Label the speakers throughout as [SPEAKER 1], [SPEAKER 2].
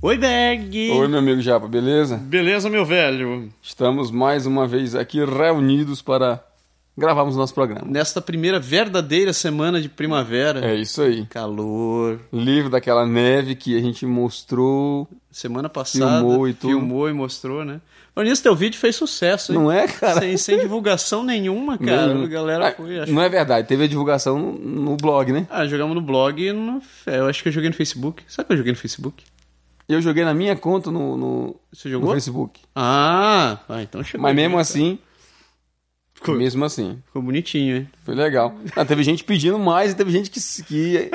[SPEAKER 1] Oi, Berg!
[SPEAKER 2] Oi, meu amigo Japa, beleza?
[SPEAKER 1] Beleza, meu velho?
[SPEAKER 2] Estamos mais uma vez aqui reunidos para gravarmos nosso programa.
[SPEAKER 1] Nesta primeira verdadeira semana de primavera.
[SPEAKER 2] É isso aí.
[SPEAKER 1] Calor.
[SPEAKER 2] Livre daquela neve que a gente mostrou.
[SPEAKER 1] Semana passada.
[SPEAKER 2] Filmou e tudo.
[SPEAKER 1] filmou e mostrou, né? Mas nisso, teu vídeo fez sucesso, hein?
[SPEAKER 2] Não é, cara?
[SPEAKER 1] Sem, sem divulgação nenhuma, cara.
[SPEAKER 2] Não.
[SPEAKER 1] A galera
[SPEAKER 2] Ah,
[SPEAKER 1] foi. Acho...
[SPEAKER 2] Não é verdade, teve a divulgação no, no blog, né?
[SPEAKER 1] Ah, jogamos no blog e no... é, eu acho que eu joguei no Facebook. Sabe que eu joguei no Facebook?
[SPEAKER 2] Eu joguei na minha conta no, no,
[SPEAKER 1] Você
[SPEAKER 2] no
[SPEAKER 1] jogou?
[SPEAKER 2] Facebook.
[SPEAKER 1] Ah, ah, então chegou.
[SPEAKER 2] Mas mesmo
[SPEAKER 1] Cara.
[SPEAKER 2] assim,
[SPEAKER 1] Ficou,
[SPEAKER 2] mesmo assim,
[SPEAKER 1] ficou bonitinho, hein?
[SPEAKER 2] foi legal. Ah, teve gente pedindo mais e teve gente que, se- que,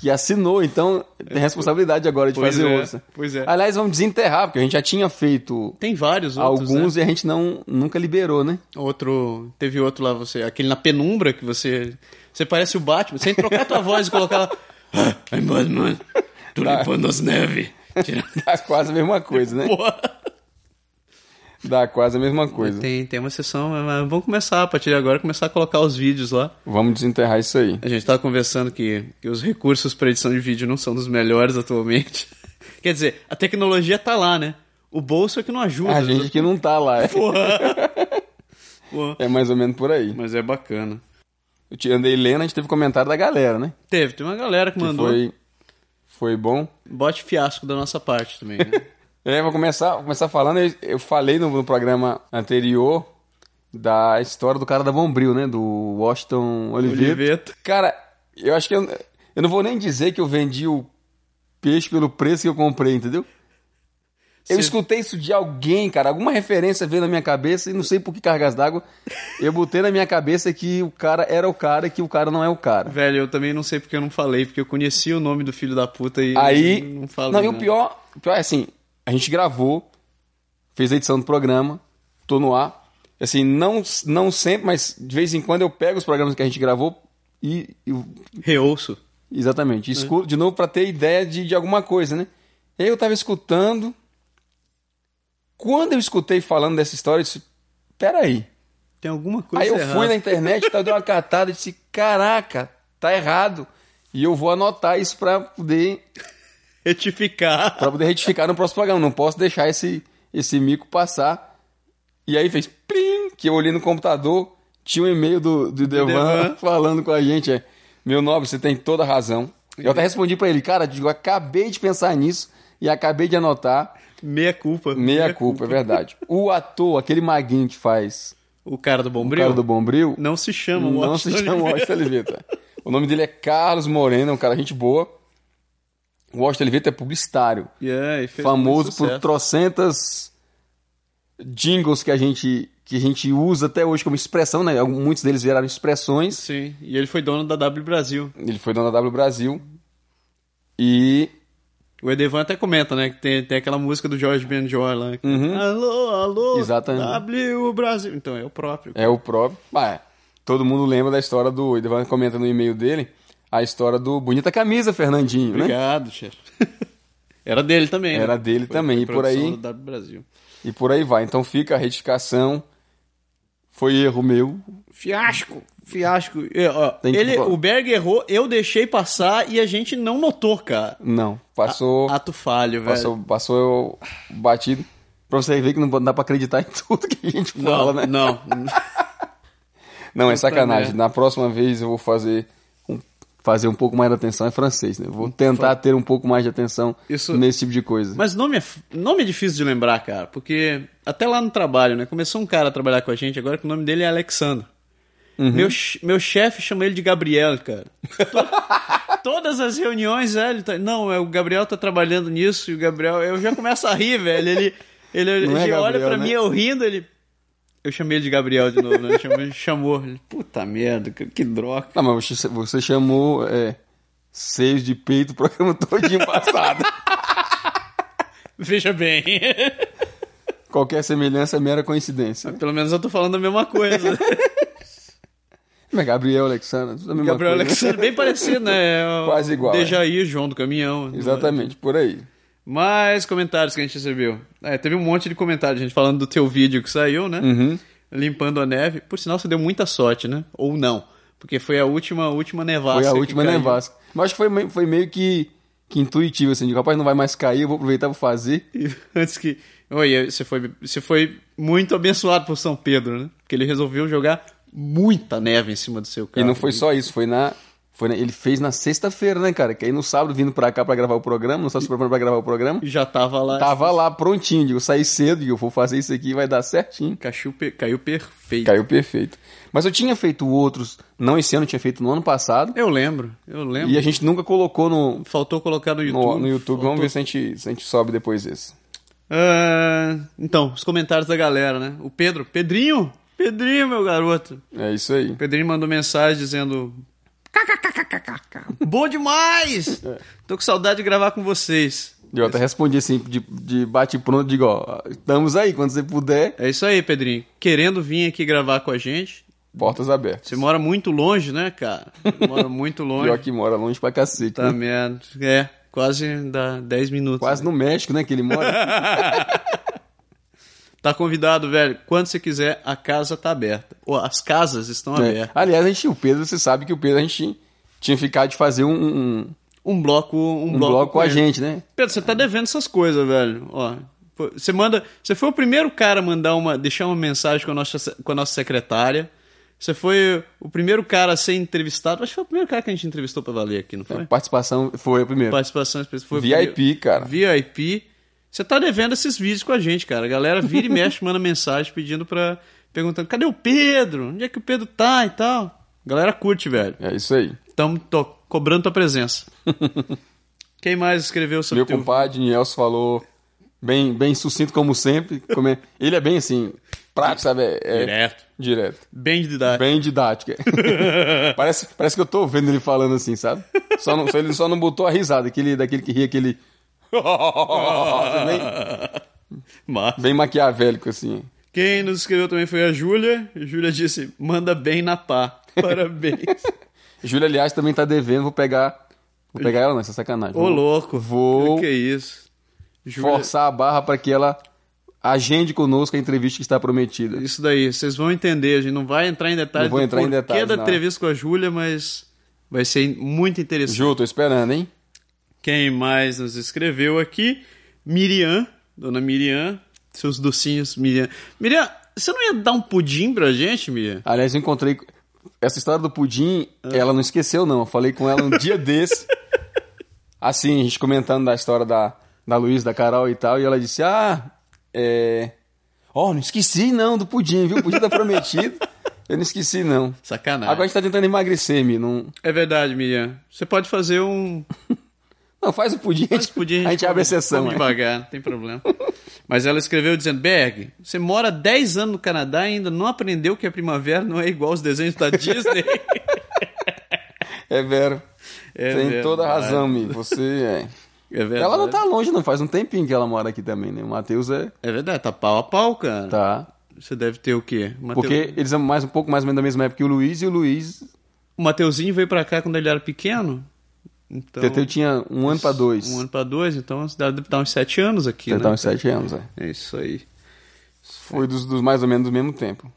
[SPEAKER 2] que assinou, então tem responsabilidade agora de
[SPEAKER 1] É, Pois
[SPEAKER 2] fazer
[SPEAKER 1] é,
[SPEAKER 2] outra.
[SPEAKER 1] pois é.
[SPEAKER 2] Aliás, vamos desenterrar, porque a gente já tinha feito
[SPEAKER 1] Tem vários outros. né?
[SPEAKER 2] alguns e a gente não, nunca liberou, né?
[SPEAKER 1] Outro. Teve outro lá, você. Aquele na penumbra que você. Você parece o Batman. Sem trocar tua voz e colocar lá. "Ah, I'm Batman. Tô limpando as neve. Tira-
[SPEAKER 2] Dá quase a mesma coisa, né?
[SPEAKER 1] Porra.
[SPEAKER 2] Dá quase a mesma coisa.
[SPEAKER 1] Tem, tem uma sessão. é, mas Vamos começar, a partir de agora, começar a colocar os vídeos lá.
[SPEAKER 2] Vamos desenterrar isso aí.
[SPEAKER 1] A gente tava conversando que, que os recursos para edição de vídeo não são dos melhores atualmente. Quer dizer, a tecnologia tá lá, né? O bolso é que não ajuda.
[SPEAKER 2] A gente que não tá lá. é.
[SPEAKER 1] Porra.
[SPEAKER 2] É mais ou menos por aí.
[SPEAKER 1] Mas é bacana.
[SPEAKER 2] Eu te andei lendo, a gente teve comentário da galera, né?
[SPEAKER 1] Teve, tem uma galera que
[SPEAKER 2] Que
[SPEAKER 1] mandou.
[SPEAKER 2] foi, foi bom.
[SPEAKER 1] Bote fiasco da nossa parte também, né?
[SPEAKER 2] É, vou começar, vou começar falando. Eu, eu falei no, no programa anterior da história do cara da Bombril, né? Do Washington Oliveto.
[SPEAKER 1] Oliveto.
[SPEAKER 2] Cara, eu acho que eu, eu não vou nem dizer que eu vendi o peixe pelo preço que eu comprei, entendeu? Eu
[SPEAKER 1] Você-
[SPEAKER 2] escutei isso de alguém, cara. Alguma referência veio na minha cabeça e não sei por que cargas d'água. Eu botei na minha cabeça que o cara era o cara e que o cara não é o cara.
[SPEAKER 1] Velho, eu também não sei porque eu não falei, porque eu conhecia o nome do filho da puta e
[SPEAKER 2] Aí.
[SPEAKER 1] não falei.
[SPEAKER 2] Não, e o
[SPEAKER 1] né?
[SPEAKER 2] pior, o pior é assim: a gente gravou, fez a edição do programa, tô no ar. Assim, não, não sempre, mas de vez em quando eu pego os programas que a gente gravou e. e-
[SPEAKER 1] Reouço. É.
[SPEAKER 2] exatamente, escuto de novo pra ter ideia de, de alguma coisa, né? E aí eu tava escutando. Quando eu escutei falando dessa história, eu disse: peraí.
[SPEAKER 1] Tem alguma coisa
[SPEAKER 2] Aí eu
[SPEAKER 1] errada.
[SPEAKER 2] fui na internet, tá, eu dei uma catada e disse: caraca, tá errado. E eu vou anotar isso pra poder
[SPEAKER 1] Retificar.
[SPEAKER 2] Pra poder retificar no próximo programa. Não posso deixar esse, esse mico passar. E aí fez plim, que eu olhei no computador, tinha um e-mail do, do Devan,
[SPEAKER 1] Devan.
[SPEAKER 2] falando com a gente. É, Meu nobre, você tem toda a razão. Eu até respondi pra ele, cara, digo, acabei de pensar nisso e acabei de anotar.
[SPEAKER 1] Meia culpa.
[SPEAKER 2] Meia culpa, é verdade. O ator, aquele maguinho que faz
[SPEAKER 1] O cara do
[SPEAKER 2] o
[SPEAKER 1] Bombril
[SPEAKER 2] cara do Bombril,
[SPEAKER 1] não se chama
[SPEAKER 2] não se
[SPEAKER 1] Washington
[SPEAKER 2] chama
[SPEAKER 1] Oliveira.
[SPEAKER 2] Washington Oliveira. O nome dele é Carlos Moreno, é um cara gente boa. O Washington Oliveira é publicitário
[SPEAKER 1] Yeah, e fez muito
[SPEAKER 2] famoso por
[SPEAKER 1] sucesso.
[SPEAKER 2] trocentas jingles que a gente que a gente usa até hoje como expressão, né? Algum- Muitos deles viraram expressões.
[SPEAKER 1] Sim, e ele foi dono da W Brasil.
[SPEAKER 2] Ele foi dono da W Brasil e
[SPEAKER 1] O Edevan até comenta, né? Que tem, tem aquela música do Jorge Benjor lá.
[SPEAKER 2] Uhum.
[SPEAKER 1] Alô, alô,
[SPEAKER 2] Exatamente.
[SPEAKER 1] W Brasil. Então é o próprio.
[SPEAKER 2] é o próprio. Ah, é. todo mundo lembra da história do. Ele vai- comenta no e-mail dele a história do bonita camisa Fernandinho, né?
[SPEAKER 1] Obrigado, chefe. Era dele também. né?
[SPEAKER 2] Era dele
[SPEAKER 1] Foi-
[SPEAKER 2] também,
[SPEAKER 1] foi
[SPEAKER 2] e por
[SPEAKER 1] produção
[SPEAKER 2] aí-
[SPEAKER 1] do W Brasil.
[SPEAKER 2] E por aí vai. Então fica a retificação. Foi erro meu.
[SPEAKER 1] Fiasco, fiasco. É, ó,
[SPEAKER 2] Tem que
[SPEAKER 1] ele,
[SPEAKER 2] falar.
[SPEAKER 1] o Berg errou, eu deixei passar e a gente não notou, cara.
[SPEAKER 2] Não, passou.
[SPEAKER 1] Ato falho, velho.
[SPEAKER 2] Passou, passou batido. Pra você ver que não dá pra acreditar em tudo que a gente
[SPEAKER 1] não,
[SPEAKER 2] fala, né?
[SPEAKER 1] não.
[SPEAKER 2] Não, é sacanagem.
[SPEAKER 1] merda.
[SPEAKER 2] Na próxima vez eu vou fazer um, fazer um pouco mais de atenção em francês, né? Vou tentar ter um pouco mais de atenção
[SPEAKER 1] Isso-
[SPEAKER 2] nesse tipo de coisa.
[SPEAKER 1] Mas nome é, f- nome é difícil de lembrar, cara, porque até lá no trabalho, né? Começou um cara a trabalhar com a gente agora que o nome dele é Alexandre.
[SPEAKER 2] Uhum.
[SPEAKER 1] Meu, che- meu chefe chama ele de Gabriel, cara. To- Todas as reuniões, é, ele tá- não, é, o Gabriel tá trabalhando nisso e o Gabriel, eu já começo a rir, velho. Ele, ele,
[SPEAKER 2] Não é
[SPEAKER 1] ele olha
[SPEAKER 2] Gabriel,
[SPEAKER 1] pra
[SPEAKER 2] né?
[SPEAKER 1] mim eu rindo, ele Eu chamei ele de Gabriel de novo, né? Ele chamou. ele chamou. Ele, Puta merda, que, que droga.
[SPEAKER 2] Não, mas você, você chamou é, seios de peito o programa todinho passado.
[SPEAKER 1] Veja bem.
[SPEAKER 2] Qualquer semelhança é mera coincidência.
[SPEAKER 1] Pelo menos eu tô falando a mesma coisa.
[SPEAKER 2] Mas é Gabriel Alexandre, tudo a mesma
[SPEAKER 1] Gabriel
[SPEAKER 2] coisa.
[SPEAKER 1] Alexandre, bem parecido, né? É o
[SPEAKER 2] Quase igual,
[SPEAKER 1] Dejaí, João do Caminhão.
[SPEAKER 2] Exatamente, por aí.
[SPEAKER 1] Mais comentários que a gente recebeu. É, teve um monte de comentários, gente, falando do teu vídeo que saiu, né?
[SPEAKER 2] Uhum.
[SPEAKER 1] Limpando a neve. Por sinal, você deu muita sorte, né? Ou não. Porque foi a última, última nevasca.
[SPEAKER 2] Foi a
[SPEAKER 1] que
[SPEAKER 2] última
[SPEAKER 1] caiu.
[SPEAKER 2] nevasca. Mas acho que foi, meio- foi meio que, que intuitivo, assim, de rapaz, não vai mais cair, eu vou aproveitar vou fazer.
[SPEAKER 1] E Antes que. Olha, você foi, você foi muito abençoado por São Pedro, né? Porque ele resolveu jogar muita neve em cima do seu
[SPEAKER 2] E
[SPEAKER 1] carro.
[SPEAKER 2] não foi só isso, foi na. Foi na- ele fez na sexta-feira, né, cara? Que aí no sábado, vindo pra cá pra gravar o programa, não só se preparando pra gravar o programa,
[SPEAKER 1] E Já tava lá.
[SPEAKER 2] tava lá prontinho. Digo, saí cedo, digo, vou fazer isso aqui, vai dar certinho.
[SPEAKER 1] Caiu, pe- caiu perfeito.
[SPEAKER 2] Caiu perfeito. Mas eu tinha feito outros, não esse ano, eu tinha feito no ano passado.
[SPEAKER 1] Eu lembro, eu lembro.
[SPEAKER 2] E a gente nunca colocou no,
[SPEAKER 1] Faltou colocar no YouTube.
[SPEAKER 2] no, no YouTube. Vamos
[SPEAKER 1] faltou-
[SPEAKER 2] ver se a, gente, se a gente sobe depois desse.
[SPEAKER 1] Ah, então, os comentários da galera, né? O Pedro, Pedrinho, Pedrinho, meu garoto.
[SPEAKER 2] É isso aí.
[SPEAKER 1] O Pedrinho mandou mensagem dizendo: "KKKKKK, Bom demais!
[SPEAKER 2] É.
[SPEAKER 1] Tô com saudade de gravar com vocês.
[SPEAKER 2] Eu até respondi assim, de, de bate-pronto, digo, ó, estamos aí, quando você puder,
[SPEAKER 1] É isso aí, Pedrinho. Querendo vir aqui gravar com a gente.
[SPEAKER 2] portas abertas.
[SPEAKER 1] Você mora muito longe, né, cara? Mora muito
[SPEAKER 2] Pior
[SPEAKER 1] longe.
[SPEAKER 2] que mora longe pra cacete.
[SPEAKER 1] Tá
[SPEAKER 2] né?
[SPEAKER 1] merda. É, quase dá 10 minutos.
[SPEAKER 2] Quase no México, né, que ele mora.
[SPEAKER 1] Tá convidado, velho. Quando você quiser, a casa tá aberta. Ou as casas estão
[SPEAKER 2] né?
[SPEAKER 1] abertas.
[SPEAKER 2] Aliás, a gente, o Pedro, você sabe que o Pedro a gente tinha ficado de fazer um, um,
[SPEAKER 1] Um bloco, um,
[SPEAKER 2] um bloco com a
[SPEAKER 1] ele.
[SPEAKER 2] gente, né?
[SPEAKER 1] Pedro, você tá devendo essas coisas, velho. Ó, pô, você manda, você foi o primeiro cara a mandar uma, deixar uma mensagem com a nossa se- com a nossa secretária. Você foi o primeiro cara a ser entrevistado. Acho que foi o primeiro cara que a gente entrevistou pra valer aqui, não foi?
[SPEAKER 2] A É, participação foi a primeira.
[SPEAKER 1] Participação especial. Foi o
[SPEAKER 2] VIP, cara.
[SPEAKER 1] VIP. Você tá devendo esses vídeos com a gente, cara. A galera vira e mexe, manda mensagem pedindo pra. perguntando: cadê o Pedro? Onde é que o Pedro tá e tal? A galera curte, velho.
[SPEAKER 2] É isso aí.
[SPEAKER 1] Estamos cobrando tua presença. Quem mais escreveu sobre
[SPEAKER 2] Meu
[SPEAKER 1] o teu...
[SPEAKER 2] compadre Nelson falou bem, bem sucinto, como sempre. Como é- Ele é bem assim, prático, sabe? É- é-
[SPEAKER 1] Direto.
[SPEAKER 2] Direto.
[SPEAKER 1] Bem de idade.
[SPEAKER 2] Bem didática. parece, parece que eu tô vendo ele falando assim, sabe? Só não, só ele só não botou a risada, aquele, daquele que ri, aquele. bem,
[SPEAKER 1] Mas-
[SPEAKER 2] bem maquiavélico, assim.
[SPEAKER 1] Quem nos escreveu também foi a Júlia. A Júlia disse: manda bem na pá. Parabéns.
[SPEAKER 2] Júlia, aliás, também tá devendo, vou pegar. Vou pegar ela nessa sacanagem.
[SPEAKER 1] Ô,
[SPEAKER 2] Vou
[SPEAKER 1] louco.
[SPEAKER 2] Vou-
[SPEAKER 1] Que é isso? Júlia,
[SPEAKER 2] Forçar a barra pra que ela agende conosco a entrevista que está prometida.
[SPEAKER 1] Isso daí, vocês vão entender. A gente não vai entrar em detalhes.
[SPEAKER 2] Não vou
[SPEAKER 1] do
[SPEAKER 2] entrar em
[SPEAKER 1] porquê
[SPEAKER 2] detalhes,
[SPEAKER 1] da
[SPEAKER 2] não.
[SPEAKER 1] entrevista com a Júlia, mas vai ser muito interessante.
[SPEAKER 2] Ju, tô esperando, hein?
[SPEAKER 1] Quem mais nos escreveu aqui? Miriam, dona Miriam, seus docinhos, Miriam. Miriam, você não ia dar um pudim pra gente, Miriam?
[SPEAKER 2] Aliás, eu encontrei. Essa história do pudim, ela não esqueceu, não. Eu falei com ela um dia desse. Assim, a gente comentando da história da, da Luiz, da Carol e tal. E ela disse: Ah, é. Ó, não esqueci não do pudim, viu? O pudim tá prometido. Eu não esqueci, não.
[SPEAKER 1] Sacanagem.
[SPEAKER 2] Agora a gente tá tentando emagrecer, Mi. Não,
[SPEAKER 1] É verdade, Miriam. Você pode fazer um,
[SPEAKER 2] não faz o pudim, a
[SPEAKER 1] Mas
[SPEAKER 2] gente,
[SPEAKER 1] podia,
[SPEAKER 2] a gente abre a
[SPEAKER 1] come-
[SPEAKER 2] exceção.
[SPEAKER 1] come
[SPEAKER 2] né?
[SPEAKER 1] devagar, não tem problema. Mas ela escreveu dizendo: Berg, você mora 10 anos no Canadá e ainda não aprendeu que a primavera não é igual aos desenhos da Disney.
[SPEAKER 2] É vero.
[SPEAKER 1] É
[SPEAKER 2] Tem toda a
[SPEAKER 1] verdade.
[SPEAKER 2] razão, Mi. Você
[SPEAKER 1] É verdade.
[SPEAKER 2] é. Ela não tá longe, não. Faz um tempinho que ela mora aqui também, né? O Matheus é.
[SPEAKER 1] É verdade, tá pau a pau, cara.
[SPEAKER 2] Tá.
[SPEAKER 1] Você deve ter o quê? O Mateu-
[SPEAKER 2] Porque eles são mais um pouco mais ou menos da mesma época que o Luiz, e o Luiz,
[SPEAKER 1] O Mateuzinho veio pra cá quando ele era pequeno. Então,
[SPEAKER 2] Teteu tinha um ano pra dois.
[SPEAKER 1] um ano pra dois, então você deve dar uns 7 anos aqui,
[SPEAKER 2] Teteu
[SPEAKER 1] né?
[SPEAKER 2] uns sete anos, é.
[SPEAKER 1] É isso aí.
[SPEAKER 2] Foi dos, dos mais ou menos do mesmo tempo.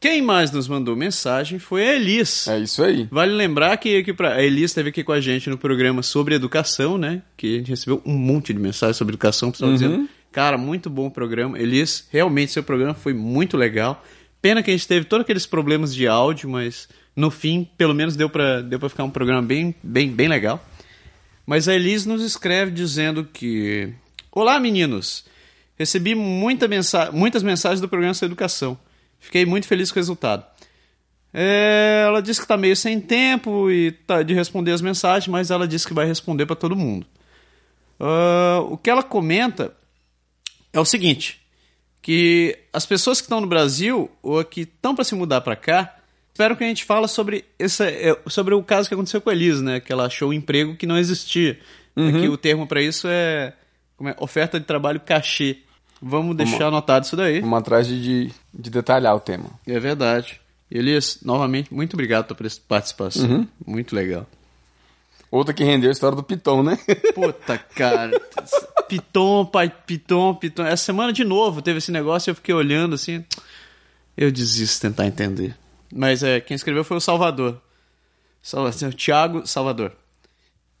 [SPEAKER 1] Quem mais nos mandou mensagem foi a Elis.
[SPEAKER 2] É isso aí.
[SPEAKER 1] Vale lembrar que, que pra- a Elis esteve aqui com a gente no programa sobre educação, né? Que a gente recebeu um monte de mensagens sobre educação, pessoal dizendo, cara, muito bom o programa. Elis, realmente seu programa foi muito legal. Pena que a gente teve todos aqueles problemas de áudio, mas no fim, pelo menos deu pra deu pra ficar um programa bem, bem, bem legal. Mas a Elis nos escreve dizendo que: Olá, meninos! Recebi muita mensa- muitas mensagens do programa sobre educação. Fiquei muito feliz com o resultado. É, ela disse que está meio sem tempo e tá de responder as mensagens, mas ela disse que vai responder para todo mundo. Ah, o que ela comenta é o seguinte: que as pessoas que estão no Brasil ou que estão para se mudar para cá, espero que a gente fala sobre essa, é, sobre o caso que aconteceu com a Elis, né? Que ela achou um emprego que não existia. Aqui o termo para isso é, como é oferta de trabalho cachê. Vamos deixar anotado isso daí.
[SPEAKER 2] Vamos atrás de, de, de detalhar o tema.
[SPEAKER 1] É verdade. Elias, novamente, muito obrigado pela participação. Muito legal.
[SPEAKER 2] Outra que rendeu a história do Piton, né?
[SPEAKER 1] Puta, cara. Piton, pai, Piton, Piton. Essa semana de novo teve esse negócio e eu fiquei olhando assim. Eu desisto de tentar entender. Mas é, quem escreveu foi o Salvador. Salvador o Thiago Salvador.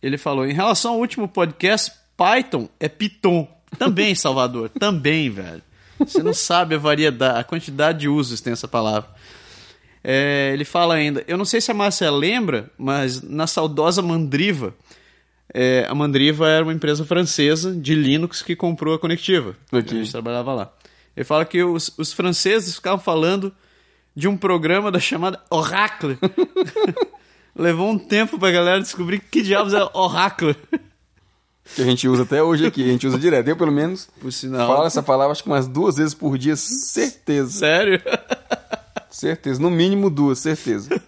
[SPEAKER 1] Ele falou: em relação ao último podcast, Python é Piton. Também, Salvador. também, velho. Você não sabe a variedade, a quantidade de usos tem essa palavra. É, ele fala ainda, eu não sei se a Márcia lembra, mas na saudosa Mandriva, é, a Mandriva era uma empresa francesa de Linux que comprou a Conectiva.
[SPEAKER 2] Ok.
[SPEAKER 1] A gente trabalhava lá. Ele fala que os, os franceses ficavam falando de um programa da chamada Oracle. Levou um tempo pra galera descobrir que diabos é Oracle.
[SPEAKER 2] Que a gente usa até hoje aqui. A gente usa direto. Eu, pelo menos,
[SPEAKER 1] Por sinal.
[SPEAKER 2] falo essa palavra acho que umas duas vezes por dia. Certeza.
[SPEAKER 1] Sério?
[SPEAKER 2] Certeza. No mínimo duas, certeza.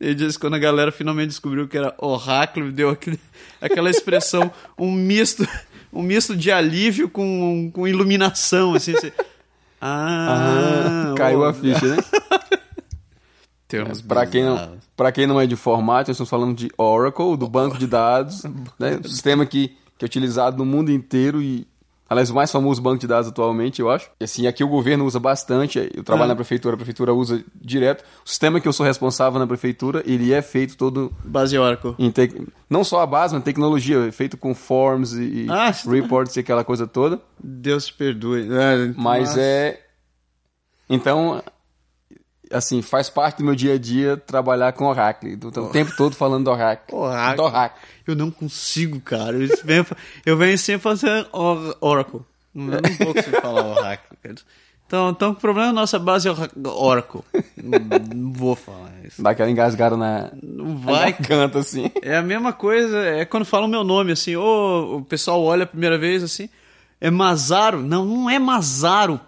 [SPEAKER 1] Ele disse que quando a galera finalmente descobriu que era oráculo, deu aquele, aquela expressão, um misto, um misto de alívio com, com iluminação, assim. assim. Ah,
[SPEAKER 2] Ah, caiu
[SPEAKER 1] oh,
[SPEAKER 2] a ficha, né?
[SPEAKER 1] Termos
[SPEAKER 2] Pra quem, não,
[SPEAKER 1] bizarros.
[SPEAKER 2] pra quem não é de formato, nós estamos falando de Oracle, do banco de dados, né? Um sistema que, que é utilizado no mundo inteiro e, aliás, o mais famoso banco de dados atualmente, eu acho. E assim, aqui o governo usa bastante, eu trabalho
[SPEAKER 1] Ah.
[SPEAKER 2] na prefeitura, a prefeitura usa direto. O sistema que eu sou responsável na prefeitura, ele é feito todo
[SPEAKER 1] Base Oracle.
[SPEAKER 2] em tec- não só a base, mas tecnologia, é feito com forms e e
[SPEAKER 1] Ah, sim.
[SPEAKER 2] reports e aquela coisa toda.
[SPEAKER 1] Deus te perdoe. É,
[SPEAKER 2] Mas
[SPEAKER 1] nossa.
[SPEAKER 2] é. Então, assim, faz parte do meu dia a dia trabalhar com Oracle. Então, o tempo todo falando do Oracle.
[SPEAKER 1] Oracle.
[SPEAKER 2] Do Oracle.
[SPEAKER 1] Eu não consigo, cara. Eu venho, eu venho sempre fazendo or- Oracle. Não, eu não vou conseguir falar Oracle. cara. Então, então o problema é a nossa base ora- Oracle. Não, não vou falar isso.
[SPEAKER 2] Dá aquela engasgada na.
[SPEAKER 1] Não vai,
[SPEAKER 2] canta assim.
[SPEAKER 1] É a mesma coisa, é quando falam meu nome, assim, ou o pessoal olha a primeira vez assim, é Mazaro? Não, não é Mazaro.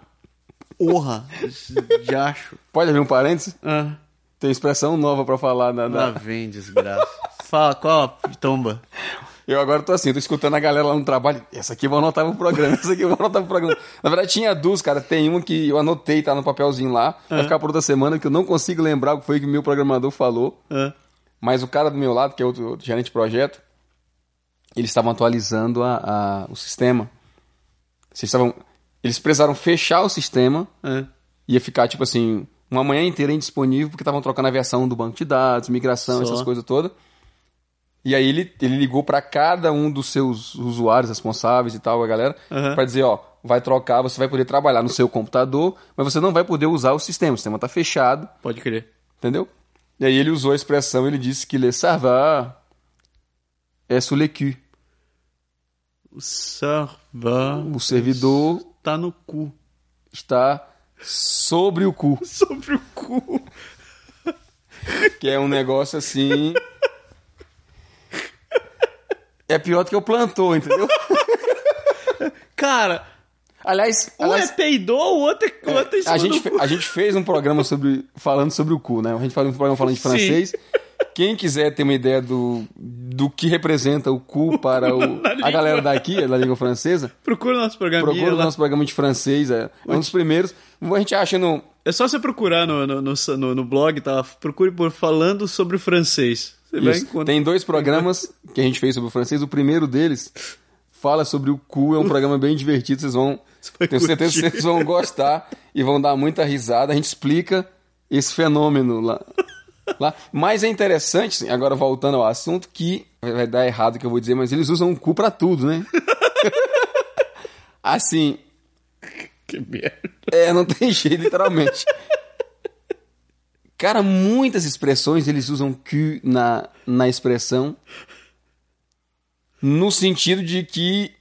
[SPEAKER 1] Porra, esse diacho.
[SPEAKER 2] Pode abrir um parênteses?
[SPEAKER 1] Ah,
[SPEAKER 2] Tem expressão nova pra falar. Na, na-
[SPEAKER 1] lá vem, desgraça. Fala, qual a pitomba?
[SPEAKER 2] Eu agora tô assim, tô escutando a galera lá no trabalho. Essa aqui eu vou anotar pro programa, essa aqui eu vou anotar pro programa. Na verdade, tinha duas, cara. Tem uma que eu anotei, tá no papelzinho lá. Vai ficar por outra semana, que eu não consigo lembrar o que foi que o meu programador falou.
[SPEAKER 1] Ah,
[SPEAKER 2] Mas o cara do meu lado, que é outro, outro gerente de projeto, eles estavam atualizando a, a- o sistema. Eles, estavam, eles precisaram fechar o sistema,
[SPEAKER 1] ah.
[SPEAKER 2] ia ficar tipo assim, uma manhã inteira indisponível, porque estavam trocando a versão do banco de dados, migração,
[SPEAKER 1] Só.
[SPEAKER 2] essas coisas todas. E aí ele, ele ligou para cada um dos seus usuários responsáveis e tal, a galera,
[SPEAKER 1] Aham.
[SPEAKER 2] para dizer, ó, vai trocar, você vai poder trabalhar no seu computador, mas você não vai poder usar o sistema, o sistema tá fechado.
[SPEAKER 1] Pode crer.
[SPEAKER 2] Entendeu? E aí ele usou a expressão, ele disse que le savoir é sous l'écu.
[SPEAKER 1] O serva
[SPEAKER 2] O servidor
[SPEAKER 1] tá no cu.
[SPEAKER 2] está sobre o cu,
[SPEAKER 1] Sobre o cu.
[SPEAKER 2] que é um negócio assim. É pior do que o plantou, entendeu?
[SPEAKER 1] Cara,
[SPEAKER 2] Aliás,
[SPEAKER 1] um
[SPEAKER 2] aliás,
[SPEAKER 1] é peidou, o outro é, o outro é em cima
[SPEAKER 2] a, gente
[SPEAKER 1] do
[SPEAKER 2] fe-
[SPEAKER 1] cu.
[SPEAKER 2] a gente fez um programa sobre falando sobre o cu, né? A gente faz um programa falando de
[SPEAKER 1] Sim.
[SPEAKER 2] francês. Quem quiser ter uma ideia do, do que representa o cu para o,
[SPEAKER 1] na
[SPEAKER 2] a
[SPEAKER 1] língua.
[SPEAKER 2] galera daqui, da língua francesa,
[SPEAKER 1] Procura o nosso programinha
[SPEAKER 2] Procura o
[SPEAKER 1] lá.
[SPEAKER 2] nosso programa de francês, é, é um dos primeiros. A gente acha no.
[SPEAKER 1] É só você procurar no, no, no, no- no blog, tá? Procure por falando sobre o francês. Você vai
[SPEAKER 2] Isso.
[SPEAKER 1] encontrar.
[SPEAKER 2] Tem dois programas que a gente fez sobre o francês. O primeiro deles fala sobre o cu, é um programa bem divertido. Vocês vão.
[SPEAKER 1] Você vai
[SPEAKER 2] Tenho certeza que
[SPEAKER 1] curtir.
[SPEAKER 2] vocês vão gostar e vão dar muita risada. A gente explica esse fenômeno lá. lá. Mas é interessante, sim, agora voltando ao assunto, que vai dar errado o que eu vou dizer, mas eles usam o cu pra tudo, né? assim,
[SPEAKER 1] Que merda.
[SPEAKER 2] É, não tem jeito, literalmente. Cara, muitas expressões eles usam que na, na expressão no sentido de que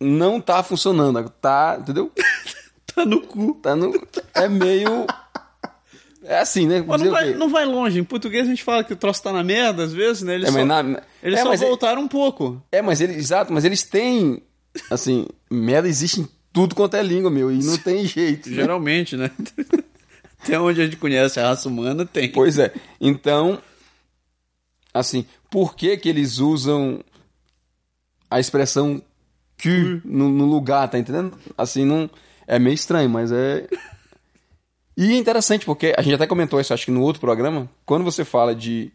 [SPEAKER 2] não tá funcionando, tá, entendeu?
[SPEAKER 1] Tá no cu.
[SPEAKER 2] Tá no, é meio é assim, né?
[SPEAKER 1] Mas
[SPEAKER 2] Dizer
[SPEAKER 1] não
[SPEAKER 2] o
[SPEAKER 1] vai,
[SPEAKER 2] quê?
[SPEAKER 1] não vai longe. Em português a gente fala que o troço tá na merda, às vezes, né? Eles
[SPEAKER 2] é,
[SPEAKER 1] só,
[SPEAKER 2] mas na-
[SPEAKER 1] eles
[SPEAKER 2] é,
[SPEAKER 1] só
[SPEAKER 2] mas é-
[SPEAKER 1] voltaram um pouco.
[SPEAKER 2] é, mas eles, exato, mas eles têm assim, merda existe em tudo quanto é língua, meu, e não tem jeito. né?
[SPEAKER 1] Geralmente, né? Até onde a gente conhece a raça humana, tem.
[SPEAKER 2] Pois é. Então, assim, por que que eles usam a expressão
[SPEAKER 1] Hum.
[SPEAKER 2] que no, no lugar, tá entendendo? Assim, não é meio estranho, mas é E é interessante porque a gente até comentou isso, acho que no outro programa, quando você fala de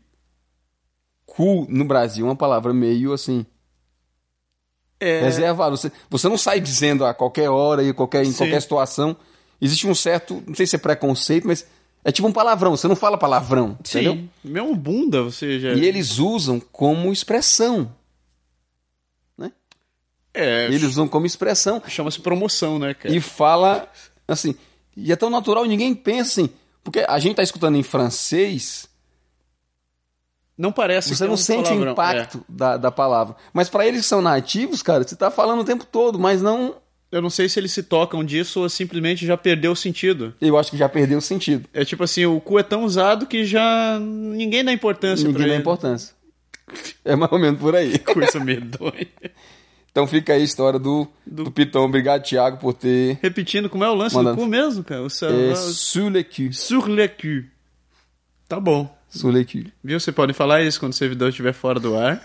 [SPEAKER 2] cu no Brasil, é uma palavra meio assim,
[SPEAKER 1] É,
[SPEAKER 2] reservado. Você, você não sai dizendo a qualquer hora e qualquer, em
[SPEAKER 1] Sim.
[SPEAKER 2] qualquer situação. Existe um certo, não sei se é preconceito, mas é tipo um palavrão, você não fala palavrão,
[SPEAKER 1] sim.
[SPEAKER 2] entendeu?
[SPEAKER 1] Mesmo bunda, você já...
[SPEAKER 2] E eles usam como expressão.
[SPEAKER 1] É,
[SPEAKER 2] Eles usam como expressão.
[SPEAKER 1] chama-se promoção, né, cara?
[SPEAKER 2] E fala assim. E é tão natural, ninguém pensa assim. Porque a gente tá escutando em francês,
[SPEAKER 1] Não parece que
[SPEAKER 2] você
[SPEAKER 1] é
[SPEAKER 2] não
[SPEAKER 1] um
[SPEAKER 2] sente o
[SPEAKER 1] palavrão.
[SPEAKER 2] impacto da, da palavra. Mas para eles que são nativos, cara, você tá falando o tempo todo, mas não.
[SPEAKER 1] É. Eu não sei se eles se tocam disso ou simplesmente já perdeu o sentido.
[SPEAKER 2] Eu acho que já perdeu o sentido.
[SPEAKER 1] É tipo assim, o cu é tão usado que já ninguém dá importância Assim, pra
[SPEAKER 2] Ninguém dá
[SPEAKER 1] ele.
[SPEAKER 2] importância. É mais ou menos por aí.
[SPEAKER 1] Coisa medonha.
[SPEAKER 2] Então fica aí a história do, do...
[SPEAKER 1] Do-
[SPEAKER 2] Piton. Obrigado, Thiago, por ter.
[SPEAKER 1] Repetindo, como é o lance
[SPEAKER 2] Mandando.
[SPEAKER 1] do cu mesmo, cara? O sa-
[SPEAKER 2] É, sur le cul.
[SPEAKER 1] Sur le cul. Tá bom.
[SPEAKER 2] Sur le cul.
[SPEAKER 1] Viu? Você pode falar isso quando o servidor estiver fora do ar.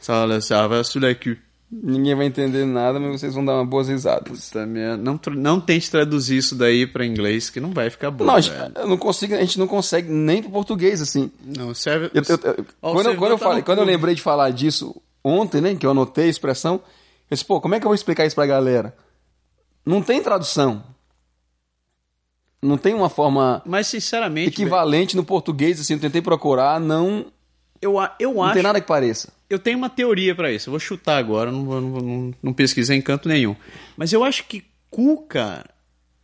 [SPEAKER 1] Sala, sala, sur le cul.
[SPEAKER 2] Ninguém vai entender nada, mas vocês vão dar uma boas risadas.
[SPEAKER 1] Puta merda. Não, tra- não tente traduzir isso daí pra inglês, que não vai ficar bom.
[SPEAKER 2] Não, a gente,
[SPEAKER 1] velho.
[SPEAKER 2] eu não consigo, a gente não consegue nem pro português, assim.
[SPEAKER 1] não serve.
[SPEAKER 2] Eu- eu- eu-
[SPEAKER 1] Ó, o
[SPEAKER 2] quando eu,
[SPEAKER 1] servidor
[SPEAKER 2] quando, eu
[SPEAKER 1] tá
[SPEAKER 2] falei-
[SPEAKER 1] no
[SPEAKER 2] quando eu
[SPEAKER 1] cu.
[SPEAKER 2] lembrei de falar disso ontem, né, que eu anotei a expressão, eu disse, pô, como é que eu vou explicar isso pra galera? Não tem tradução. Não tem uma forma
[SPEAKER 1] Mas, sinceramente, velho,
[SPEAKER 2] equivalente no português, assim, eu tentei procurar, não,
[SPEAKER 1] eu, a- eu
[SPEAKER 2] não
[SPEAKER 1] acho.
[SPEAKER 2] tem nada que pareça.
[SPEAKER 1] Eu tenho uma teoria pra isso. Eu vou chutar agora, não, vou- não, vou- não, não pesquisei em canto nenhum. Mas eu acho que cu, cara,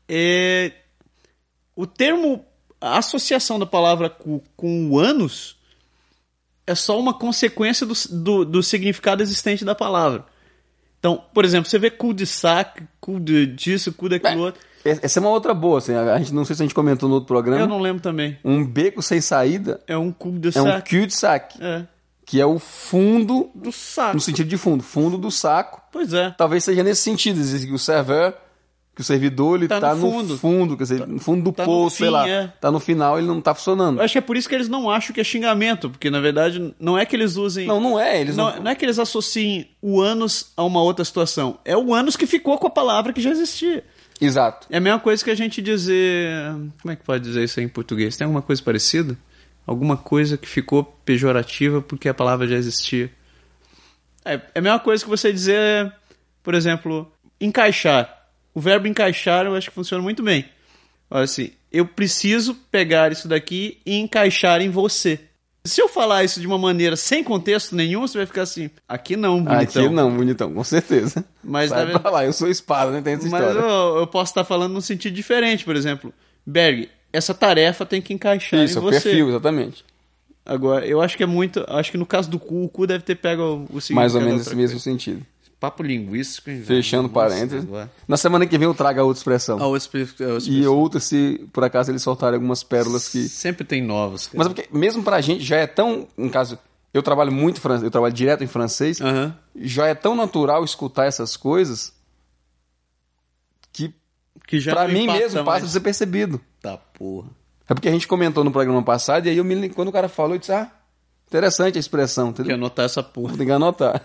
[SPEAKER 1] é. O termo. A associação da palavra cu com o ânus é só uma consequência do, do, do significado existente da palavra. Então, por exemplo, você vê cu de saco, cu de disso, cu daquilo outro.
[SPEAKER 2] E- Essa é uma outra boa, assim, a a gente, não sei se a gente comentou no outro programa,
[SPEAKER 1] Eu não lembro também.
[SPEAKER 2] um beco sem saída
[SPEAKER 1] É um cu de
[SPEAKER 2] né? é um
[SPEAKER 1] saco.
[SPEAKER 2] cul-de-sac,
[SPEAKER 1] É.
[SPEAKER 2] que é o fundo,
[SPEAKER 1] Do saco.
[SPEAKER 2] no sentido de fundo, fundo do saco,
[SPEAKER 1] Pois é.
[SPEAKER 2] talvez seja nesse sentido, diz que o server, que o servidor, ele tá,
[SPEAKER 1] Tá
[SPEAKER 2] no
[SPEAKER 1] no
[SPEAKER 2] fundo,
[SPEAKER 1] fundo.
[SPEAKER 2] quer dizer, no fundo do
[SPEAKER 1] tá no
[SPEAKER 2] poço, sei
[SPEAKER 1] fim,
[SPEAKER 2] lá,
[SPEAKER 1] é.
[SPEAKER 2] tá no final, ele não tá funcionando.
[SPEAKER 1] Eu acho que é por isso que eles não acham que é xingamento, porque na verdade não é que eles usem.
[SPEAKER 2] Não, não é, eles
[SPEAKER 1] Não,
[SPEAKER 2] não...
[SPEAKER 1] não é que eles associem o ânus a uma outra situação. É o ânus que ficou com a palavra que já existia.
[SPEAKER 2] Exato.
[SPEAKER 1] É a mesma coisa que a gente dizer. Como é que pode dizer isso aí em português? Tem alguma coisa parecida? Alguma coisa que ficou pejorativa porque a palavra já existia. É, é a mesma coisa que você dizer, por exemplo, encaixar. O verbo encaixar eu acho que funciona muito bem. Olha assim, eu preciso pegar isso daqui e encaixar em você. Se eu falar isso de uma maneira sem contexto nenhum, você vai ficar assim, aqui não, bonitão.
[SPEAKER 2] Aqui não, bonitão, com certeza.
[SPEAKER 1] Mas na
[SPEAKER 2] Vai
[SPEAKER 1] verdade-
[SPEAKER 2] pra lá, eu sou espada, né, tem essa
[SPEAKER 1] Mas
[SPEAKER 2] história.
[SPEAKER 1] eu, eu posso estar falando num sentido diferente, por exemplo. Berg, essa tarefa tem que encaixar
[SPEAKER 2] Isso,
[SPEAKER 1] em
[SPEAKER 2] é o
[SPEAKER 1] você.
[SPEAKER 2] perfil, exatamente.
[SPEAKER 1] Agora, eu acho que é muito. Acho que no caso do cu, o cu deve ter pego o- o seguinte.
[SPEAKER 2] Mais ou menos esse mesmo sentido.
[SPEAKER 1] Papo linguístico, hein, velho?
[SPEAKER 2] Fechando
[SPEAKER 1] É, Nossa,
[SPEAKER 2] parênteses.
[SPEAKER 1] agora.
[SPEAKER 2] Na semana que vem eu trago a outra expressão.
[SPEAKER 1] Ah, o espírito- é, o
[SPEAKER 2] E
[SPEAKER 1] espírito-
[SPEAKER 2] outra se, por acaso, eles soltarem algumas pérolas que...
[SPEAKER 1] Sempre tem novos.
[SPEAKER 2] Mas
[SPEAKER 1] Cara.
[SPEAKER 2] é porque, mesmo pra gente, já é tão... No caso, eu trabalho muito francês, eu trabalho direto em francês.
[SPEAKER 1] Aham.
[SPEAKER 2] já é tão natural escutar essas coisas que
[SPEAKER 1] Que já
[SPEAKER 2] pra
[SPEAKER 1] não
[SPEAKER 2] mim
[SPEAKER 1] impacta
[SPEAKER 2] mesmo
[SPEAKER 1] mais.
[SPEAKER 2] passa a ser percebido.
[SPEAKER 1] Tá, porra.
[SPEAKER 2] É porque a gente comentou no programa passado e aí eu me, quando o cara falou, eu disse, ah, interessante a expressão,
[SPEAKER 1] Tem que
[SPEAKER 2] entendeu?
[SPEAKER 1] anotar essa porra.
[SPEAKER 2] Tem que anotar.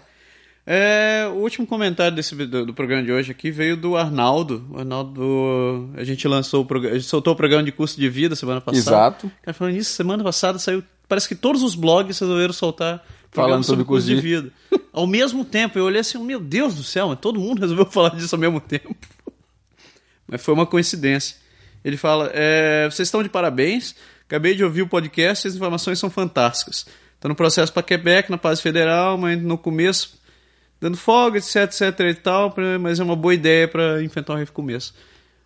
[SPEAKER 1] É, o último comentário desse, do, do programa de hoje aqui veio do Arnaldo. O Arnaldo, a gente lançou o programa, a gente soltou o programa de custo de vida semana passada.
[SPEAKER 2] Exato.
[SPEAKER 1] O cara falando isso, semana passada saiu, parece que todos os blogs resolveram soltar
[SPEAKER 2] Falando
[SPEAKER 1] programa
[SPEAKER 2] sobre
[SPEAKER 1] custo de
[SPEAKER 2] cozinha.
[SPEAKER 1] vida. Ao mesmo tempo, eu olhei assim, meu Deus do céu, mas todo mundo resolveu falar disso ao mesmo tempo. Mas foi uma coincidência. Ele fala: é, vocês estão de parabéns. Acabei de ouvir o podcast e as informações são fantásticas. Está no processo para Quebec, na base federal, mas no começo, dando folga, etc, etc e tal, pra- mas é uma boa ideia para enfrentar o recomeço.